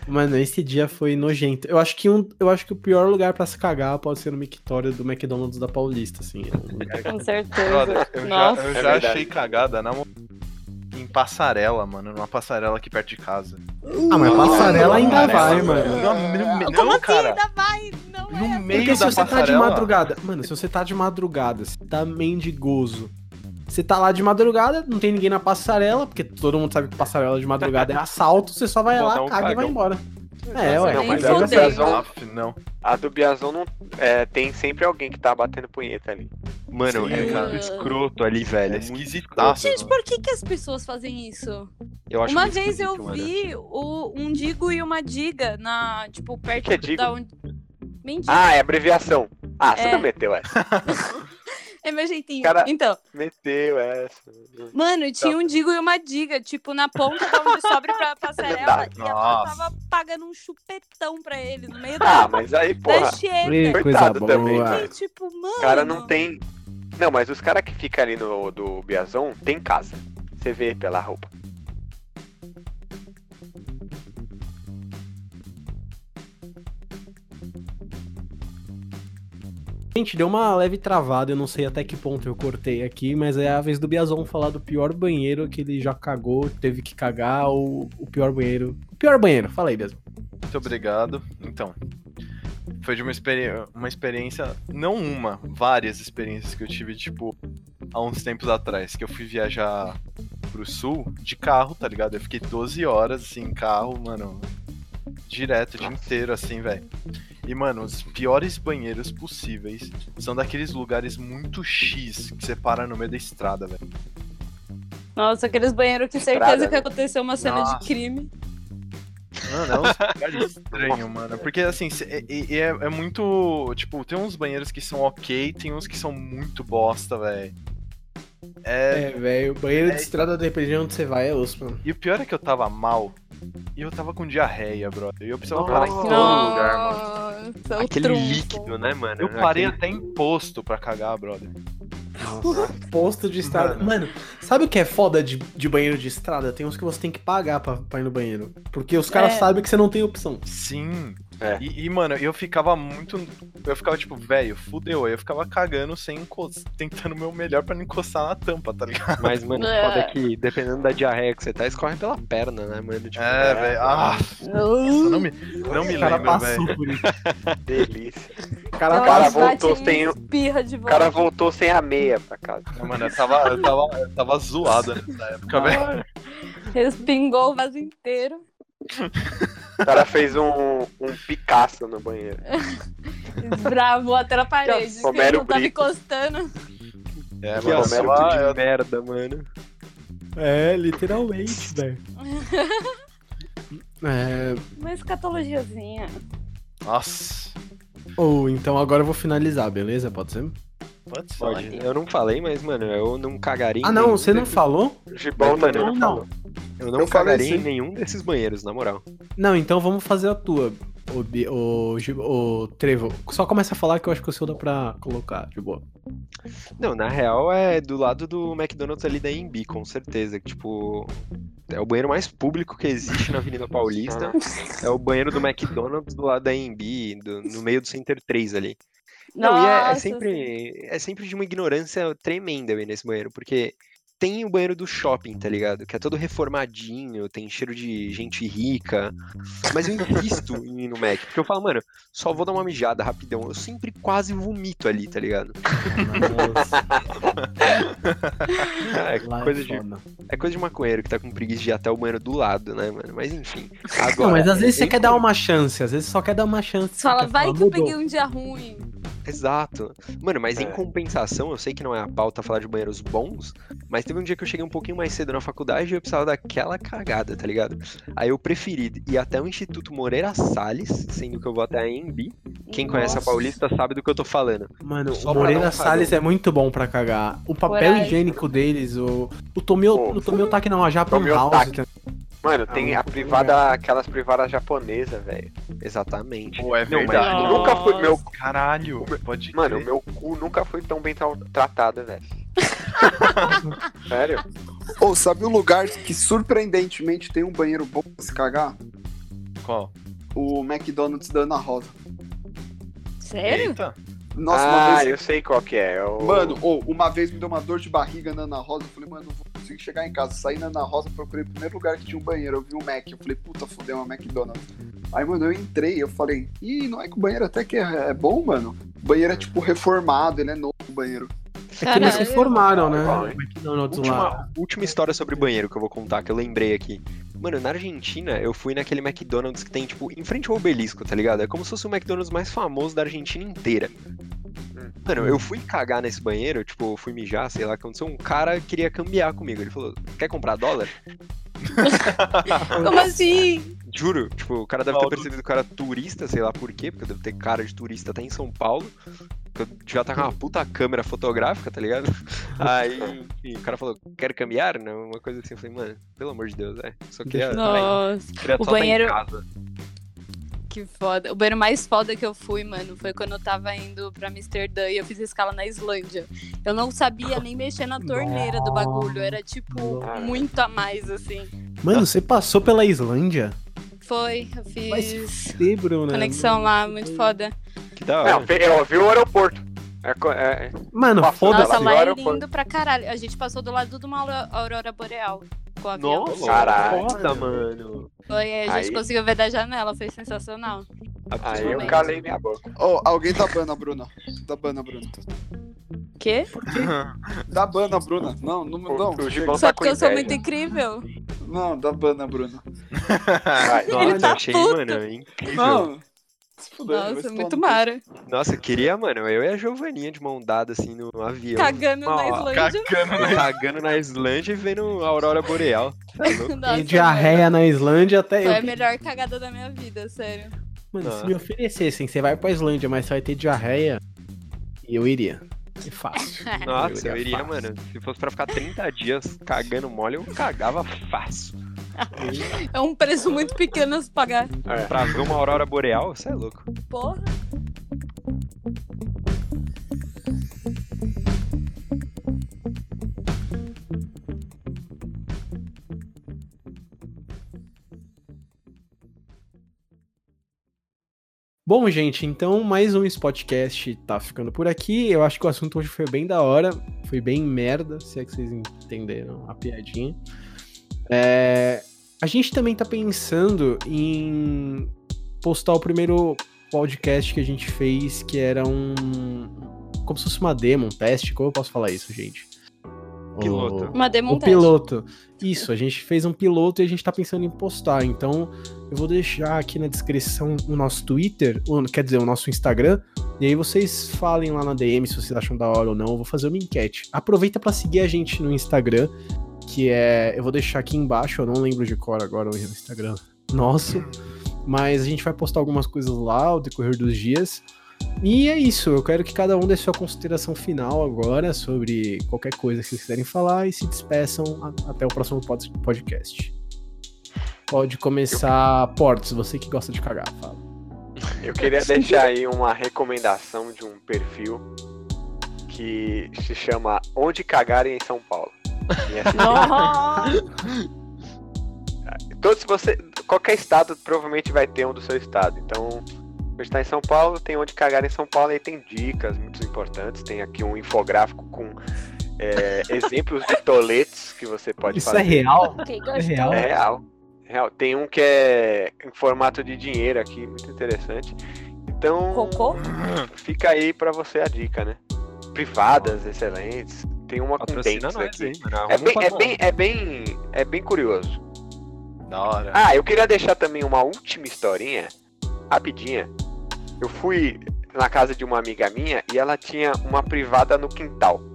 A: Mano, esse dia foi nojento. Eu acho que um, eu acho que o pior lugar pra se cagar pode ser no mictório do McDonald's da Paulista, assim. É um lugar
G: Com certeza.
E: Brother, eu já,
G: Nossa.
E: eu
B: É
E: já
B: verdade.
E: achei cagada na mo- em passarela, mano. Numa passarela aqui perto de casa.
A: Ah, mas passarela ainda vai, mano.
E: No, no, no,
G: Como
E: não,
G: assim?
E: cara.
G: Ainda vai? Não é.
E: No meio
A: Porque se
E: da
A: você tá de
E: passarela.
A: madrugada. Mano, se você tá de madrugada, você tá mendigoso. Você tá lá de madrugada, não tem ninguém na passarela, porque todo mundo sabe que passarela de madrugada é assalto, você só vai
D: Botar
A: lá,
D: um
A: caga e vai
D: cagão.
A: embora. É, ué.
B: Não, mas
G: Nem
B: a do
G: fudei.
B: Biazon,
E: Não.
B: a do Biazon não, é, tem sempre alguém que tá batendo punheta ali.
D: Mano,
E: Sim,
D: é
E: cara.
D: muito escroto ali, velho.
E: É
D: É muito
E: esquisitaço.
G: Gente, por que, que as pessoas fazem isso?
D: Eu acho
G: uma
D: muito
G: vez eu
D: esquisito, mano.
G: vi o, um digo e uma diga na, tipo, perto
B: que é digo?
G: da onde. Mendigo.
B: Ah, é abreviação. Ah, você
G: É.
B: não meteu essa.
G: é meu jeitinho.
B: cara-
G: Então,
B: Meteu essa. Tá
G: mano, tinha um digo e uma diga, tipo, na ponta da onde sobe pra
B: <laughs>
G: passarela.
B: É Verdade.
G: e ela
E: Nossa.
G: tava pagando um chupetão pra ele no meio da,
B: Ah, mas aí,
G: da
B: porra,
G: xepa.
B: coitado também,
G: E, tipo, mano.
B: o cara não tem. Não, mas os caras que ficam ali no do Biazon tem casa. Você vê pela roupa.
A: Gente, deu uma leve travada, eu não sei até que ponto eu cortei aqui, mas é a vez do Biazon falar do pior banheiro que ele já cagou, teve que cagar, ou o pior banheiro. O pior banheiro, fala aí, Biazon.
E: Muito obrigado. Então, foi de uma, experi- uma experiência, não uma, várias experiências que eu tive, tipo, há uns tempos atrás, que eu fui viajar pro sul de carro, tá ligado? Eu fiquei 12 horas, assim, em carro, mano, direto, o dia inteiro, assim, velho. E, mano, os piores banheiros possíveis são daqueles lugares muito X que você para no meio da estrada, velho.
G: Nossa, aqueles banheiros que certeza
B: Estrada, né?
G: que aconteceu uma cena
E: Nossa.
G: de crime.
E: Mano, é um lugar estranho, mano. Porque assim, cê- e- e é, é muito. Tipo, tem uns banheiros que são ok, tem uns que são muito bosta, velho.
A: É,
E: É,
A: velho, banheiro
E: É.
A: de estrada, dependendo de onde você vai, é osso, mano.
E: E o pior é que eu tava mal. E eu tava com diarreia, brother. E eu precisava parar em todo
B: Nossa.
E: lugar, mano.
G: Seu
D: Aquele
G: é um trunfo.
D: líquido, né, mano?
E: Eu parei
D: Aquele-
E: até em posto pra cagar, brother.
A: Posto de estrada. Mano, sabe o que é foda de, de banheiro de estrada? Tem uns que você tem que pagar pra, pra ir no banheiro. Porque os caras
G: É.
A: sabem que você não tem opção.
E: Sim.
B: É.
E: E, e, mano, eu ficava muito. Eu ficava tipo, velho, fudeu. Aí eu ficava cagando sem encostar, tentando o meu melhor pra não encostar na tampa, tá ligado?
D: Mas, mano,
G: É.
D: foda que, dependendo da diarreia que você tá, escorre pela perna, né, mano? Tipo,
E: É, velho. Ah, nossa, não me, não me
A: o cara
E: lembro,
A: passou
E: velho.
A: por isso.
B: Delícia.
A: O cara
B: O
G: Ela
B: cara
A: passou.
G: bate
B: voltou
G: e
B: sem-
G: Espirra de
B: O
G: volta.
B: cara voltou sem a meia pra casa.
E: Mano, eu tava, eu tava, eu tava zoado nessa época, velho.
B: Ah,
G: Respingou o vaso inteiro.
B: O cara fez um, um Picasso no banheiro.
G: Bravou até na parede. Que ele
B: Homero
G: não tava
B: Brito.
G: encostando.
E: É,
B: Que
E: mano,
B: assunto
E: eu tava-
D: de
E: eu
D: merda, mano.
A: É, literalmente,
G: <laughs>
A: velho. É,
G: Uma escatologiazinha.
E: Nossa.
A: ou então agora eu vou finalizar, beleza? Pode ser?
E: Pode né? ser.
D: Pode. Eu não falei, mas, mano, eu não cagaria em
A: Ah, não,
D: nenhum
A: você não
D: desses-
A: falou?
B: O Gibão também não,
A: Não,
B: falou.
D: Eu não
H: Eu falei
D: cagaria em
H: sim.
D: nenhum desses banheiros, na moral.
A: Não, então vamos fazer a tua, o, Bi- o, Gi- o Trevo. Só começa a falar que eu acho que o seu dá pra colocar, de
G: <laughs>
A: boa.
D: Não, na real é do lado do McDonald's ali da Embi, com certeza. Que, tipo, é o banheiro mais público que existe na Avenida Paulista. É o banheiro do McDonald's do lado da Embi, do- no meio do Center 3 ali. Não, e é- é,
G: Nossa,
D: sempre, é sempre de uma ignorância tremenda ir nesse banheiro, porque tem o banheiro do shopping, tá ligado? Que é todo reformadinho, tem cheiro de gente rica. Mas eu invisto em ir no Mac, porque eu falo, mano, só vou dar uma mijada rapidão. Eu sempre quase vomito ali,
A: <laughs>
D: tá ligado? É
A: Lá
D: coisa
A: é
D: de
A: foda.
D: É coisa de maconheiro que tá com preguiça de ir até o banheiro do lado, né, mano? Mas enfim.
A: Não,
D: Agora,
A: mas às vezes você
D: em-
A: quer dar uma chance, às vezes só quer dar uma chance.
G: Você fala,
A: Quer
G: vai
A: falar,
G: que eu
A: mudou.
G: peguei um dia ruim.
D: Exato. Mano, mas em
B: É.
D: compensação, eu sei que não é a pauta falar de banheiros bons, mas teve um dia que eu cheguei um pouquinho mais cedo na faculdade e eu precisava daquela cagada, tá ligado? Aí eu preferi ir até o Instituto Moreira Salles, sendo que eu vou até a EMB. Quem conhece a
G: Nossa.
D: Paulista sabe do que eu tô falando.
A: Mano,
D: Só
A: o
D: pra dar
A: Moreira
D: um
A: Salles é
D: cagão.
A: muito bom pra cagar. O papel
G: Coragem.
A: higiênico deles, o. O Tomeu,
B: Pô.
A: o Tomeu tá Taki não, a Japan
B: Tomeu
D: tá
A: House.
B: Taki.
A: também.
B: Mano, tem
A: Ah,
B: a privada, aquelas privadas japonesas, velho.
D: Exatamente.
E: Pô, é
D: Não, mas-
E: verdade.
G: Nossa.
B: Nunca foi meu.
E: Caralho, pode
B: Mano,
E: crer.
B: meu cu nunca foi tão bem tra- tratado, velho. Sério?
H: Ou sabe um lugar que surpreendentemente tem um banheiro bom pra se cagar?
E: Qual?
H: O McDonald's da Ana Rosa.
G: Sério?
E: Eita.
H: Nossa,
B: ah,
H: uma vez.
B: eu sei qual que é. é o-
H: Mano, ou uma vez me deu uma dor de barriga na Ana Rosa. Eu falei, mano, não vou conseguir chegar em casa. Saí na Ana Rosa, procurei o primeiro lugar que tinha um banheiro. Eu vi um Mac. Eu falei, puta, fudeu, uma McDonald's. Aí, mano, eu entrei. Eu falei, ih, não é que o banheiro até que é, é bom, mano. O banheiro é tipo reformado, ele é novo o banheiro.
A: É que eles se formaram, né?
B: Qual, hein?
A: McDonald's lá.
D: tá Última, última história sobre banheiro que eu vou contar, que eu lembrei aqui. Mano, na Argentina, eu fui naquele McDonald's que tem, tipo, em frente ao obelisco, tá ligado? É como se fosse o McDonald's mais famoso da Argentina inteira. Mano, eu fui cagar nesse banheiro, tipo, fui mijar, sei lá, o que aconteceu. Um cara queria cambiar comigo. Ele falou, quer comprar dólar?
G: Como assim?
D: Juro, tipo, o cara deve ter
E: Maluco.
D: percebido que eu era turista, sei lá por quê, porque eu devo ter cara de turista até em São Paulo. Que eu devia estar com uma puta câmera fotográfica,
B: <laughs>
D: tá ligado? Aí, enfim, o cara falou, quero caminhar? né? Uma coisa assim, eu falei, mano, pelo amor de Deus, é. Só queria.
G: Nossa,
D: queria
G: o
D: só tá em
G: banheiro-
D: casa.
G: que foda. O banheiro mais foda que eu fui, mano, foi quando eu tava indo pra Amsterdã e eu fiz escala na Islândia. Eu não sabia nem mexer na torneira do bagulho. Era, tipo,
B: Nossa.
G: muito a mais, assim.
A: Mano, você passou pela Islândia?
G: Foi, eu
A: Mas
G: fiz
A: Sim, Bruno.
G: conexão lá, muito foda.
D: Que da hora.
B: Não, fe- eu vi o aeroporto. É co- é-
A: Mano,
B: Nossa,
A: foda-se.
G: Nossa, lá é
B: Agora eu
G: lindo pra caralho. A gente passou do lado de uma auro- aurora boreal com a avião.
D: Nossa,
B: Caralho.
D: foda, mano.
G: Foi, é, a gente
B: Aí-
G: conseguiu ver da janela, foi sensacional.
B: Aí eu
G: Absolutamente.
B: calei minha boca.
H: Ô, alguém da Bana, Bruna. Da Bana, Bruna.
G: Quê?
H: Da Bana, Bruna. Não, não,
B: O-
H: não.
B: o Gibão
G: Só
B: tá com
G: porque eu sou
B: inveja.
G: muito incrível.
H: Não, da Bana, Bruna.
B: Vai.
D: Nossa,
G: tá
D: eu achei,
G: puto.
D: mano, incrível.
H: Não. Se fuder, vai se
G: Nossa, é
H: tomar
G: muito
H: no cu.
G: mara.
D: Nossa, eu queria, mano, eu e a Giovaninha de mão dada, assim, no avião.
G: Cagando
D: Ó,
G: na Islândia.
E: Cagando.
D: Eu Cagando na Islândia e vendo a Aurora Boreal. Tá louco?
G: Nossa, é
A: e diarreia na Islândia até
G: mano, Foi a
A: eu.
G: é melhor cagada da minha vida, sério.
A: Mano,
D: Ah.
A: se me oferecessem, você vai pra Islândia, mas você vai ter diarreia, eu iria. É fácil.
D: Nossa, eu iria,
A: fácil.
D: mano. Se fosse pra ficar 30 dias cagando mole, eu cagava fácil.
G: É um preço muito pequeno a se pagar.
B: É.
D: Pra ver uma aurora boreal, você é louco.
G: Porra.
A: Bom, gente, então mais um Spotcast tá ficando por aqui. Eu acho que o assunto hoje foi bem da hora, foi bem merda, se é que vocês entenderam a piadinha. É, a gente também tá pensando em postar o primeiro podcast que a gente fez, que era um. Como se fosse uma demo, um teste, como eu posso falar isso, gente?
D: Piloto.
A: O-
G: Uma
A: o
G: demontagem.
A: piloto. Isso, a gente fez um piloto e a gente tá pensando em postar. Então, eu vou deixar aqui na descrição o nosso Twitter, o- quer dizer, o nosso Instagram. E aí vocês falem lá na DM se vocês acham da hora ou não. Eu vou fazer uma enquete. Aproveita pra seguir a gente no Instagram, que é. Eu vou deixar aqui embaixo, eu não lembro de cor agora o Instagram nosso. Mas a gente vai postar algumas coisas lá ao decorrer dos dias. E é isso, eu quero que cada um dê sua consideração final agora sobre qualquer coisa que vocês quiserem falar e se despeçam a- até o próximo pod- podcast. Pode começar, Portos, você que gosta de cagar, fala.
B: Eu queria deixar aí uma recomendação de um perfil que se chama Onde Cagarem em São Paulo. E assim, todos você, qualquer estado provavelmente vai ter um do seu estado. Então, você está em São Paulo, tem Onde Cagar em São Paulo, aí tem dicas muito importantes. Tem aqui um infográfico com é, <laughs> exemplos de toletes que você pode
A: Isso
B: fazer.
A: é real?
C: Ok,
A: É
C: gostoso.
A: real?
B: É real. É real. Tem um que é em formato de dinheiro aqui, muito interessante. Então,
C: Cocô?
B: fica aí pra você a dica, né? Privadas, excelentes. Tem uma com
D: Patrocina
B: dentes
D: nós
B: aqui.
D: aí, mano.
B: É
D: Arruma
B: bem,
D: um
B: é,
D: patrão.
B: bem, é, bem, é bem curioso.
E: Da hora.
B: Ah, eu queria deixar também uma última historinha, rapidinha. Eu fui na casa de uma amiga minha e ela tinha uma privada no quintal.
G: <laughs>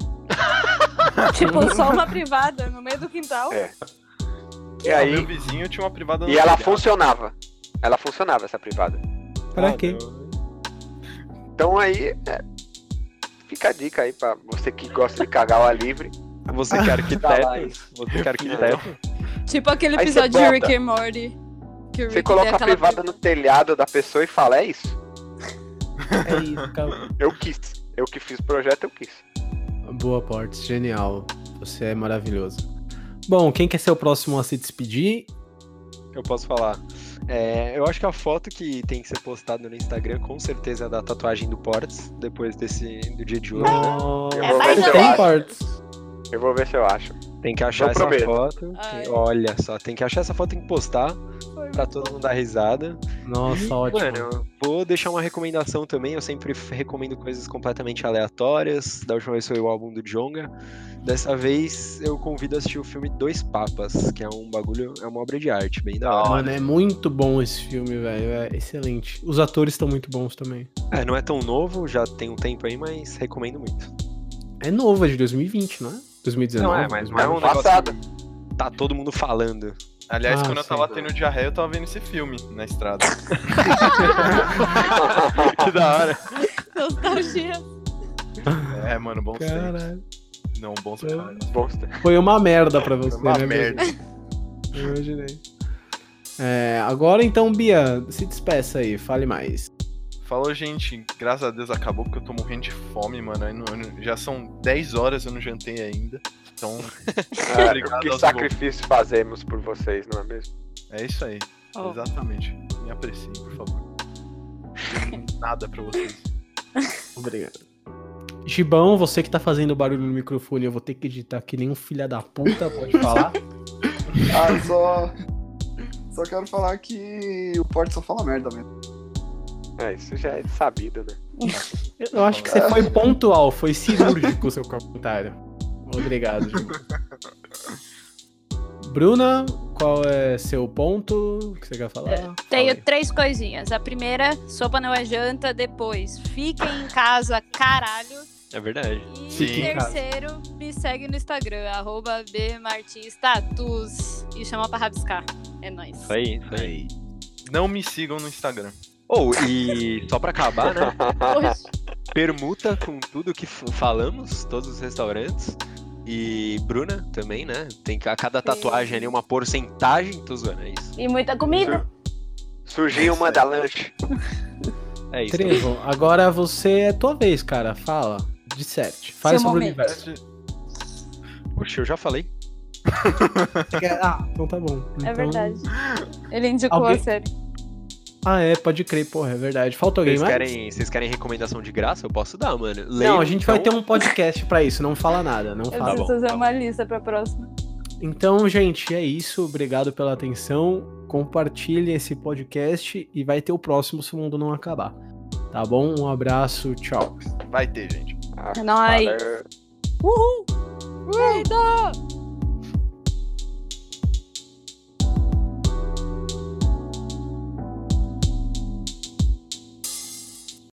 G: Tipo, só uma privada no meio do quintal.
B: É. E
E: Ah, Meu
B: aí,
E: vizinho tinha uma privada no
B: e ela
E: telhado.
B: funcionava. Ela funcionava essa privada.
A: Pra
E: Ah,
A: quê?
E: meu.
B: Então aí, é, fica a dica aí pra você que gosta de cagar ao ar livre. <laughs>
D: Você que é
B: Tá lá
D: arquiteto.
B: isso.
D: Você que é arquiteto.
G: Tipo aquele
B: Aí você
G: episódio de
B: bota.
G: Rick and Morty. Que o
B: Você
G: Rick
B: coloca
G: deu
B: a
G: aquela
B: privada no telhado da pessoa e fala, é isso.
A: É isso, cara.
B: Eu quis. Eu que fiz o projeto, eu quis.
A: Boa, Portos, genial. Você é maravilhoso. Bom, quem quer ser o próximo a se despedir?
D: Eu posso falar. É, eu acho que a foto que tem que ser postada no Instagram com certeza é a da tatuagem do Portes, depois desse do dia de hoje.
A: Ah.
D: né?
A: Nossa,
B: vou
C: mais
B: ou
A: tem
B: menos.
A: Portos.
B: Eu vou ver se eu acho.
D: Tem que achar
B: Não
D: essa
B: prometo.
D: foto.
G: Ai.
D: tem- olha só, tem que achar essa foto, tem que postar pra todo mundo dar risada.
A: Nossa, ótimo.
D: Mano, eu vou deixar uma recomendação também. Eu sempre f- recomendo coisas completamente aleatórias. Da última vez foi o álbum do Jonga. Dessa vez eu convido a assistir o filme Dois Papas, que é um bagulho, é uma obra de arte, bem da hora.
A: Mano, é muito bom esse filme, velho. É excelente. Os atores estão muito bons também.
D: É, não é tão novo, já tem um tempo aí, mas recomendo muito.
A: É novo, é de 2020, não é? 2019.
B: é um
A: 2019.
B: negócio Passado.
D: que tá todo mundo falando.
E: Aliás,
A: Ah,
E: quando eu
A: sim.
E: tava tendo diarreia, eu tava vendo esse filme
A: <laughs>
E: na estrada. que da hora.
G: Nostalgia.
E: É, mano, bons tempos.
A: Caralho.
E: Não, bons tempos.
B: Bosta. <laughs>
A: Foi uma merda pra você,
E: Uma
A: né,
E: merda.
A: Bia? Eu imaginei. É, agora então, Bia, se despeça aí, fale mais.
E: Falou, gente, graças a Deus acabou porque eu tô morrendo de fome, mano. Eu não- eu não- já são 10 horas eu não jantei ainda. Então,
B: Ah,
E: Obrigado
B: que
E: aos
B: sacrifício fazemos por vocês, não é mesmo?
E: é isso aí.
G: Ó.
E: Exatamente. Me apreciem, por favor. Não tenho Nada pra vocês.
A: Obrigado. Gibão, você que tá fazendo barulho no microfone, eu vou ter que editar que nem um filha da puta, pode falar.
F: Ah, só. Só quero falar que o Porto só fala merda mesmo.
B: É, isso já é sabido, né?
A: <laughs> Eu acho que você foi pontual, foi cirúrgico o seu comentário. Obrigado, Gibão. Bruna, qual é seu ponto que você quer falar?
G: <laughs> Tenho
A: Fala aí.
G: três coisinhas. A primeira, sopa não é janta. Depois, fiquem em casa, caralho.
D: É verdade.
G: E
E: Fiquem
A: em casa.
G: terceiro, me segue no Instagram, arroba bmartinstatus. E chama pra rabiscar. É nóis.
D: Foi aí, foi aí.
E: Não me sigam no Instagram.
D: Ou, e só pra acabar, né?
G: Hoje.
D: permuta com tudo que f- falamos, todos os restaurantes. E Bruna também, né? Tem que- a cada tatuagem ali uma porcentagem. Tô zoando, é isso.
I: E muita comida.
B: Surgiu uma da lanche.
D: É isso.
A: Trevo, agora você é tua vez, cara. Fala. De sete. Faz
I: Seu
A: sobre
I: momento.
A: o universo.
D: Poxa, eu já falei.
A: Você quer- Ah, então tá bom.
I: É
A: Então-
I: verdade.
G: Ele indicou
A: Alguém-
G: a série.
A: Ah, é, pode crer, porra, é verdade. Falta alguém
D: Vocês
A: mais?
D: querem, vocês querem recomendação de graça? Eu posso dar, mano.
A: Não,
D: Leiam,
A: a gente
D: então.
A: vai ter um podcast pra isso, não fala nada, não
G: Eu
A: fala.
G: preciso
D: bom,
G: fazer
D: tá
G: uma lista pra próxima.
A: Então, gente, é isso. Obrigado pela atenção. Compartilhem esse podcast e vai ter o próximo se o mundo não acabar. Tá bom? Um abraço, tchau.
B: Ah,
E: Vai ter, gente.
G: Nós.
B: Valeu.
G: Uhul! Uhul.